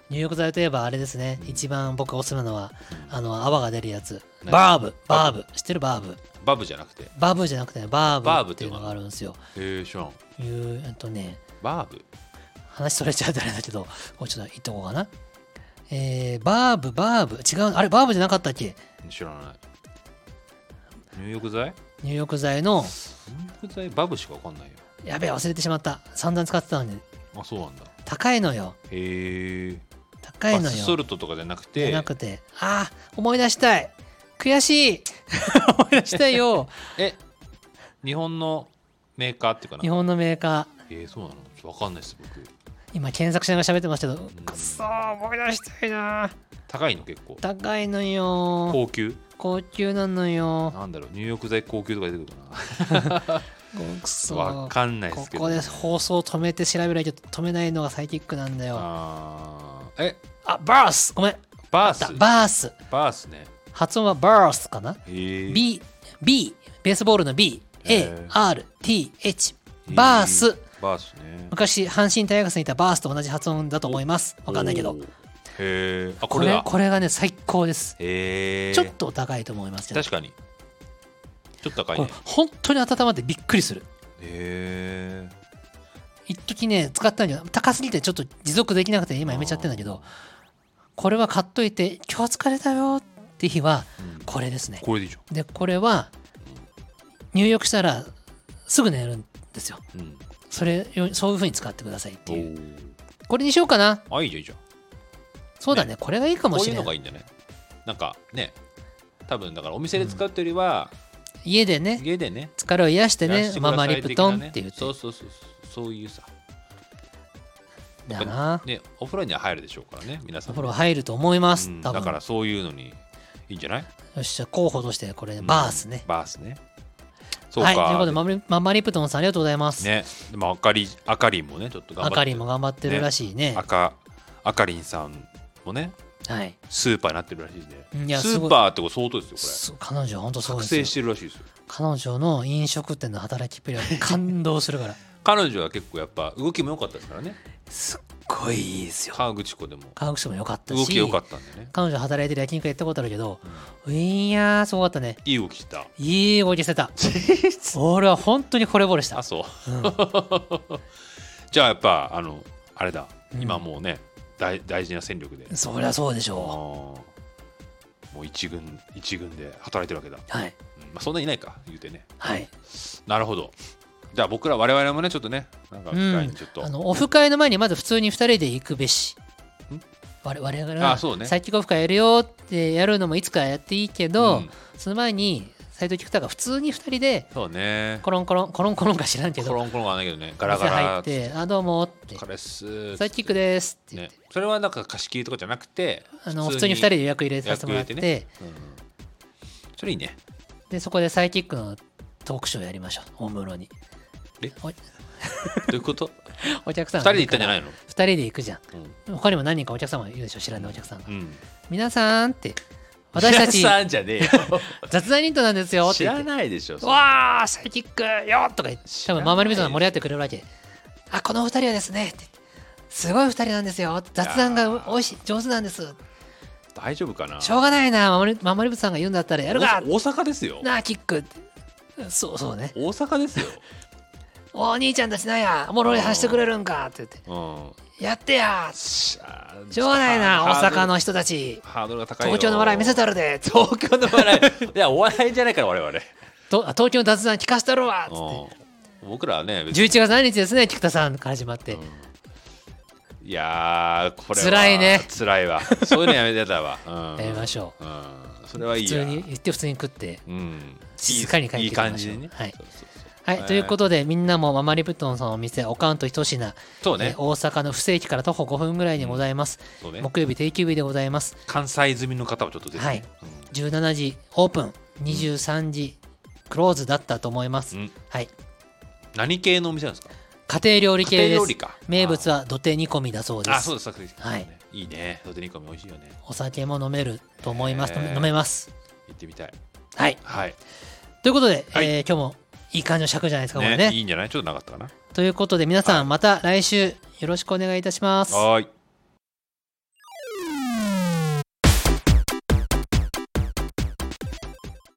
[SPEAKER 1] 入浴剤といえばあれですね一番僕おすすめなのはあの泡が出るやつ
[SPEAKER 2] 何
[SPEAKER 1] バーブバーブ知ってるバーブ
[SPEAKER 2] バブじゃなくてへ
[SPEAKER 1] バーブじゃなくてねバ
[SPEAKER 2] バ
[SPEAKER 1] ー
[SPEAKER 2] ー
[SPEAKER 1] ブ
[SPEAKER 2] ブ
[SPEAKER 1] っ
[SPEAKER 2] ってて
[SPEAKER 1] い
[SPEAKER 2] いうう
[SPEAKER 1] の
[SPEAKER 2] の
[SPEAKER 1] があるんですよ
[SPEAKER 2] え知らん
[SPEAKER 1] いうえっとね
[SPEAKER 2] バーブ
[SPEAKER 1] 話それちゃうとあれだけどもうちょっと言っとこうかなえー、バーブバーブ違うあれバーブじゃなかったっけ
[SPEAKER 2] 知らない入浴剤
[SPEAKER 1] 入浴剤の
[SPEAKER 2] 入浴剤バブしかわかんないよ
[SPEAKER 1] やべえ忘れてしまった散々使ってたのに
[SPEAKER 2] あそうなんだ
[SPEAKER 1] 高いのよ
[SPEAKER 2] へえ
[SPEAKER 1] 高いの
[SPEAKER 2] スソ
[SPEAKER 1] よ
[SPEAKER 2] ルトとかじゃなく
[SPEAKER 1] じ
[SPEAKER 2] て
[SPEAKER 1] ゃなくてあー思い出したい悔しい 思い出したい よ
[SPEAKER 2] え日本のメーカーっていうかな
[SPEAKER 1] 日本のメーカー
[SPEAKER 2] えー、そうなのちょっとわかんないです僕
[SPEAKER 1] 今検索しながら喋ってますけどくそー思い出したいなー
[SPEAKER 2] 高いの結構
[SPEAKER 1] 高いのよー
[SPEAKER 2] 高級
[SPEAKER 1] 高級なのよ
[SPEAKER 2] なんだろう入浴剤高級とか出てくるか
[SPEAKER 1] ーくそ
[SPEAKER 2] な
[SPEAKER 1] ー
[SPEAKER 2] わかんないで
[SPEAKER 1] こ
[SPEAKER 2] すけど
[SPEAKER 1] こで放送止めて調べないと止めないのがサイキックなんだよ
[SPEAKER 2] あーえ
[SPEAKER 1] あバースごめんあ
[SPEAKER 2] バー
[SPEAKER 1] った
[SPEAKER 2] ス
[SPEAKER 1] バース
[SPEAKER 2] バースね
[SPEAKER 1] 発音はバースかな
[SPEAKER 2] へー
[SPEAKER 1] BB ベースボールの
[SPEAKER 2] えー
[SPEAKER 1] BARTH バー
[SPEAKER 2] へ
[SPEAKER 1] ス
[SPEAKER 2] バースね
[SPEAKER 1] 昔阪神タイガースにいたバースと同じ発音だと思いますわかんないけど
[SPEAKER 2] おーへえあ
[SPEAKER 1] こ
[SPEAKER 2] これ
[SPEAKER 1] れ
[SPEAKER 2] だ
[SPEAKER 1] これがね最高です
[SPEAKER 2] へえ
[SPEAKER 1] ちょっとお高いと思いますけど
[SPEAKER 2] 確かにちょっと高い
[SPEAKER 1] こ
[SPEAKER 2] ね
[SPEAKER 1] れ本当に温まってびっくりする
[SPEAKER 2] へえ
[SPEAKER 1] 一時ね使ったんだけど高すぎてちょっと持続できなくて今やめちゃってんだけどこれは買っといて今日疲れたよって日は
[SPEAKER 2] うん
[SPEAKER 1] これですね
[SPEAKER 2] これでいいじ
[SPEAKER 1] でこれは入浴したらすぐ寝るんですよ
[SPEAKER 2] ゃんうん
[SPEAKER 1] それよそういう風に使ってくださいっていう
[SPEAKER 2] お
[SPEAKER 1] これにしようかな
[SPEAKER 2] ーあいいじゃんいいじゃん
[SPEAKER 1] そうだねこれがいいかも
[SPEAKER 2] こう
[SPEAKER 1] し
[SPEAKER 2] いう
[SPEAKER 1] れ
[SPEAKER 2] の
[SPEAKER 1] な
[SPEAKER 2] が
[SPEAKER 1] い
[SPEAKER 2] いいんだねなんかね多分だからお店で使うっていうよりは、
[SPEAKER 1] 家でね
[SPEAKER 2] 家でね
[SPEAKER 1] 疲れを癒して
[SPEAKER 2] やら
[SPEAKER 1] ね
[SPEAKER 2] せてくだ
[SPEAKER 1] マ
[SPEAKER 2] さい
[SPEAKER 1] マリプトンって言
[SPEAKER 2] 的な
[SPEAKER 1] う
[SPEAKER 2] ねそう
[SPEAKER 1] て
[SPEAKER 2] そうそうそういうさ
[SPEAKER 1] だな
[SPEAKER 2] ねお風呂には入るでしょうからね皆さ
[SPEAKER 1] お
[SPEAKER 2] ん
[SPEAKER 1] 風呂入ると思います
[SPEAKER 2] うん
[SPEAKER 1] 多
[SPEAKER 2] だから
[SPEAKER 1] 分
[SPEAKER 2] そういうのにいいんじゃない
[SPEAKER 1] よっしゃ候補としてこれバースね
[SPEAKER 2] バースねそうか、
[SPEAKER 1] はいということでママリママリプトンさんありがとうございます
[SPEAKER 2] ねでもあかりあかりんもねちょっと頑張
[SPEAKER 1] あ
[SPEAKER 2] って
[SPEAKER 1] かりんも頑張ってるらしいね
[SPEAKER 2] あかあかりんさんもね
[SPEAKER 1] はい
[SPEAKER 2] スーパーになってるらしいで
[SPEAKER 1] いや
[SPEAKER 2] ス
[SPEAKER 1] すごい
[SPEAKER 2] ーパーってこれ相当ですよこ
[SPEAKER 1] そう彼女は本当そう
[SPEAKER 2] れ覚
[SPEAKER 1] ですよ
[SPEAKER 2] 醒してるらしいですよ
[SPEAKER 1] 彼女の飲食店の働きっぷりは感動するから
[SPEAKER 2] 彼女は結構やっぱ動きも良かったですからね
[SPEAKER 1] すっごいいいですよ
[SPEAKER 2] 川口湖でも
[SPEAKER 1] 科学省も良かった
[SPEAKER 2] 動
[SPEAKER 1] し
[SPEAKER 2] き良かったんでね
[SPEAKER 1] 彼女働いてる焼肉屋行ったことあるけど、いやーすごかったね
[SPEAKER 2] いい動きした
[SPEAKER 1] いい動きしてた俺は本当に惚れ惚れした
[SPEAKER 2] あそう じゃあやっぱあのあれだ今もうね大大事な戦力で
[SPEAKER 1] そりゃそうでし
[SPEAKER 2] あー
[SPEAKER 1] ょ
[SPEAKER 2] もう一軍一軍で働いてるわけだ
[SPEAKER 1] うはい
[SPEAKER 2] うんまあ、そんなにいないか言うてね
[SPEAKER 1] はい
[SPEAKER 2] なるほどじゃあ僕ら我々もねちょっとねなんか機会にちょっと、
[SPEAKER 1] あのオフ会の前にまず普通に2人で行くべし
[SPEAKER 2] ん
[SPEAKER 1] 我我々
[SPEAKER 2] あ
[SPEAKER 1] が
[SPEAKER 2] そうね
[SPEAKER 1] 再起オフ会やるよってやるのもいつかやっていいけど、
[SPEAKER 2] うん
[SPEAKER 1] その前に斎藤菊太が普通に2人で
[SPEAKER 2] そうね
[SPEAKER 1] コロンコロンコロンコロンか知らんけ
[SPEAKER 2] コ
[SPEAKER 1] ど
[SPEAKER 2] ロンコロンがないけどねガラ
[SPEAKER 1] 店
[SPEAKER 2] ガ
[SPEAKER 1] 入
[SPEAKER 2] ラ
[SPEAKER 1] って「あどうも」って
[SPEAKER 2] 彼っ
[SPEAKER 1] 「
[SPEAKER 2] す
[SPEAKER 1] サイキックです」って言っ
[SPEAKER 2] ね
[SPEAKER 1] て、、
[SPEAKER 2] それはなんか貸し切りとかじゃなくて
[SPEAKER 1] あの普通に2人で予約入れさせてもらって
[SPEAKER 2] 予約入れうんそれいいね
[SPEAKER 1] でそこでサイキックのトークショーやりましょう大室 に
[SPEAKER 2] え
[SPEAKER 1] お
[SPEAKER 2] どういうこと
[SPEAKER 1] お客さ
[SPEAKER 2] 二
[SPEAKER 1] ん
[SPEAKER 2] 人で行ったんじゃないいの、
[SPEAKER 1] 2人で行くじゃん
[SPEAKER 2] うん
[SPEAKER 1] 他にも何人かお客様いるでしょ知らないお客さんが
[SPEAKER 2] うん、
[SPEAKER 1] 皆さんって私たち
[SPEAKER 2] 知らんじゃねえよ
[SPEAKER 1] 雑談ニットなんですよって
[SPEAKER 2] 知
[SPEAKER 1] 言っ
[SPEAKER 2] ら
[SPEAKER 1] て
[SPEAKER 2] ないでしょそれ
[SPEAKER 1] わあサイキックよとか言って
[SPEAKER 2] 知
[SPEAKER 1] 多
[SPEAKER 2] らない
[SPEAKER 1] 分周りの人が盛り上がってくれるわけあこのお二人はですねって言ってすごい二人なんですよ雑談
[SPEAKER 2] いや
[SPEAKER 1] が
[SPEAKER 2] ー
[SPEAKER 1] おいしい上手なんです
[SPEAKER 2] 大丈夫かな
[SPEAKER 1] しょうがないな守り守り部さんが言うんだったらやるか
[SPEAKER 2] 大阪ですよ
[SPEAKER 1] なあキックそうそうね
[SPEAKER 2] 大阪ですよ、
[SPEAKER 1] お兄ちゃんたちなんやおもろい話してくれるんかって言って
[SPEAKER 2] うん、
[SPEAKER 1] やってや
[SPEAKER 2] しゃ
[SPEAKER 1] しょうがないな大阪
[SPEAKER 2] ハードル
[SPEAKER 1] の人たち
[SPEAKER 2] ハードルが高いよ
[SPEAKER 1] 東京の笑い見せたるで
[SPEAKER 2] 東京の笑いいやお笑いじゃないから我々
[SPEAKER 1] とあ東京の雑談聞かせたるわっつっ
[SPEAKER 2] うん僕らはね
[SPEAKER 1] て11月何日ですね菊田さんから始まって
[SPEAKER 2] いやーこれは
[SPEAKER 1] 辛いね
[SPEAKER 2] 辛いわそういうのやめてたわ、うん、
[SPEAKER 1] やりましょ
[SPEAKER 2] うん、それはいう
[SPEAKER 1] 普
[SPEAKER 2] いや
[SPEAKER 1] 通に言って普通に食って
[SPEAKER 2] うん、
[SPEAKER 1] 静かに帰って
[SPEAKER 2] いい
[SPEAKER 1] きましょう
[SPEAKER 2] 感じでね
[SPEAKER 1] はい
[SPEAKER 2] そうそうそう
[SPEAKER 1] はい、ということでみんなもママリブトンさんのお店オカウント一品、
[SPEAKER 2] そうね
[SPEAKER 1] えー大阪の不正規から徒歩5分ぐらいにございます、
[SPEAKER 2] そうね
[SPEAKER 1] 木曜日定休日でございます
[SPEAKER 2] 関西済みの方はちょっとぜひ、
[SPEAKER 1] はい17時オープン23時クローズだったと思います、
[SPEAKER 2] うんうん
[SPEAKER 1] はい
[SPEAKER 2] 何系のお店なんですか
[SPEAKER 1] 家庭料理系で
[SPEAKER 2] 家庭料
[SPEAKER 1] す
[SPEAKER 2] 理か
[SPEAKER 1] 名物は土手煮込みだそうです
[SPEAKER 2] あそうですそうです
[SPEAKER 1] はい
[SPEAKER 2] いいね土手煮込み美味しいよね
[SPEAKER 1] お酒も飲めると思います、
[SPEAKER 2] へー
[SPEAKER 1] 飲めます
[SPEAKER 2] 行ってみたい
[SPEAKER 1] はい
[SPEAKER 2] はい
[SPEAKER 1] ということで、
[SPEAKER 2] はい
[SPEAKER 1] えー今日もいい感じの尺じゃないですか、これ
[SPEAKER 2] ね
[SPEAKER 1] ね
[SPEAKER 2] いいんじゃないちょっとなかったかな
[SPEAKER 1] ということで皆さんまた来週よろしくお願いいたします
[SPEAKER 2] はーい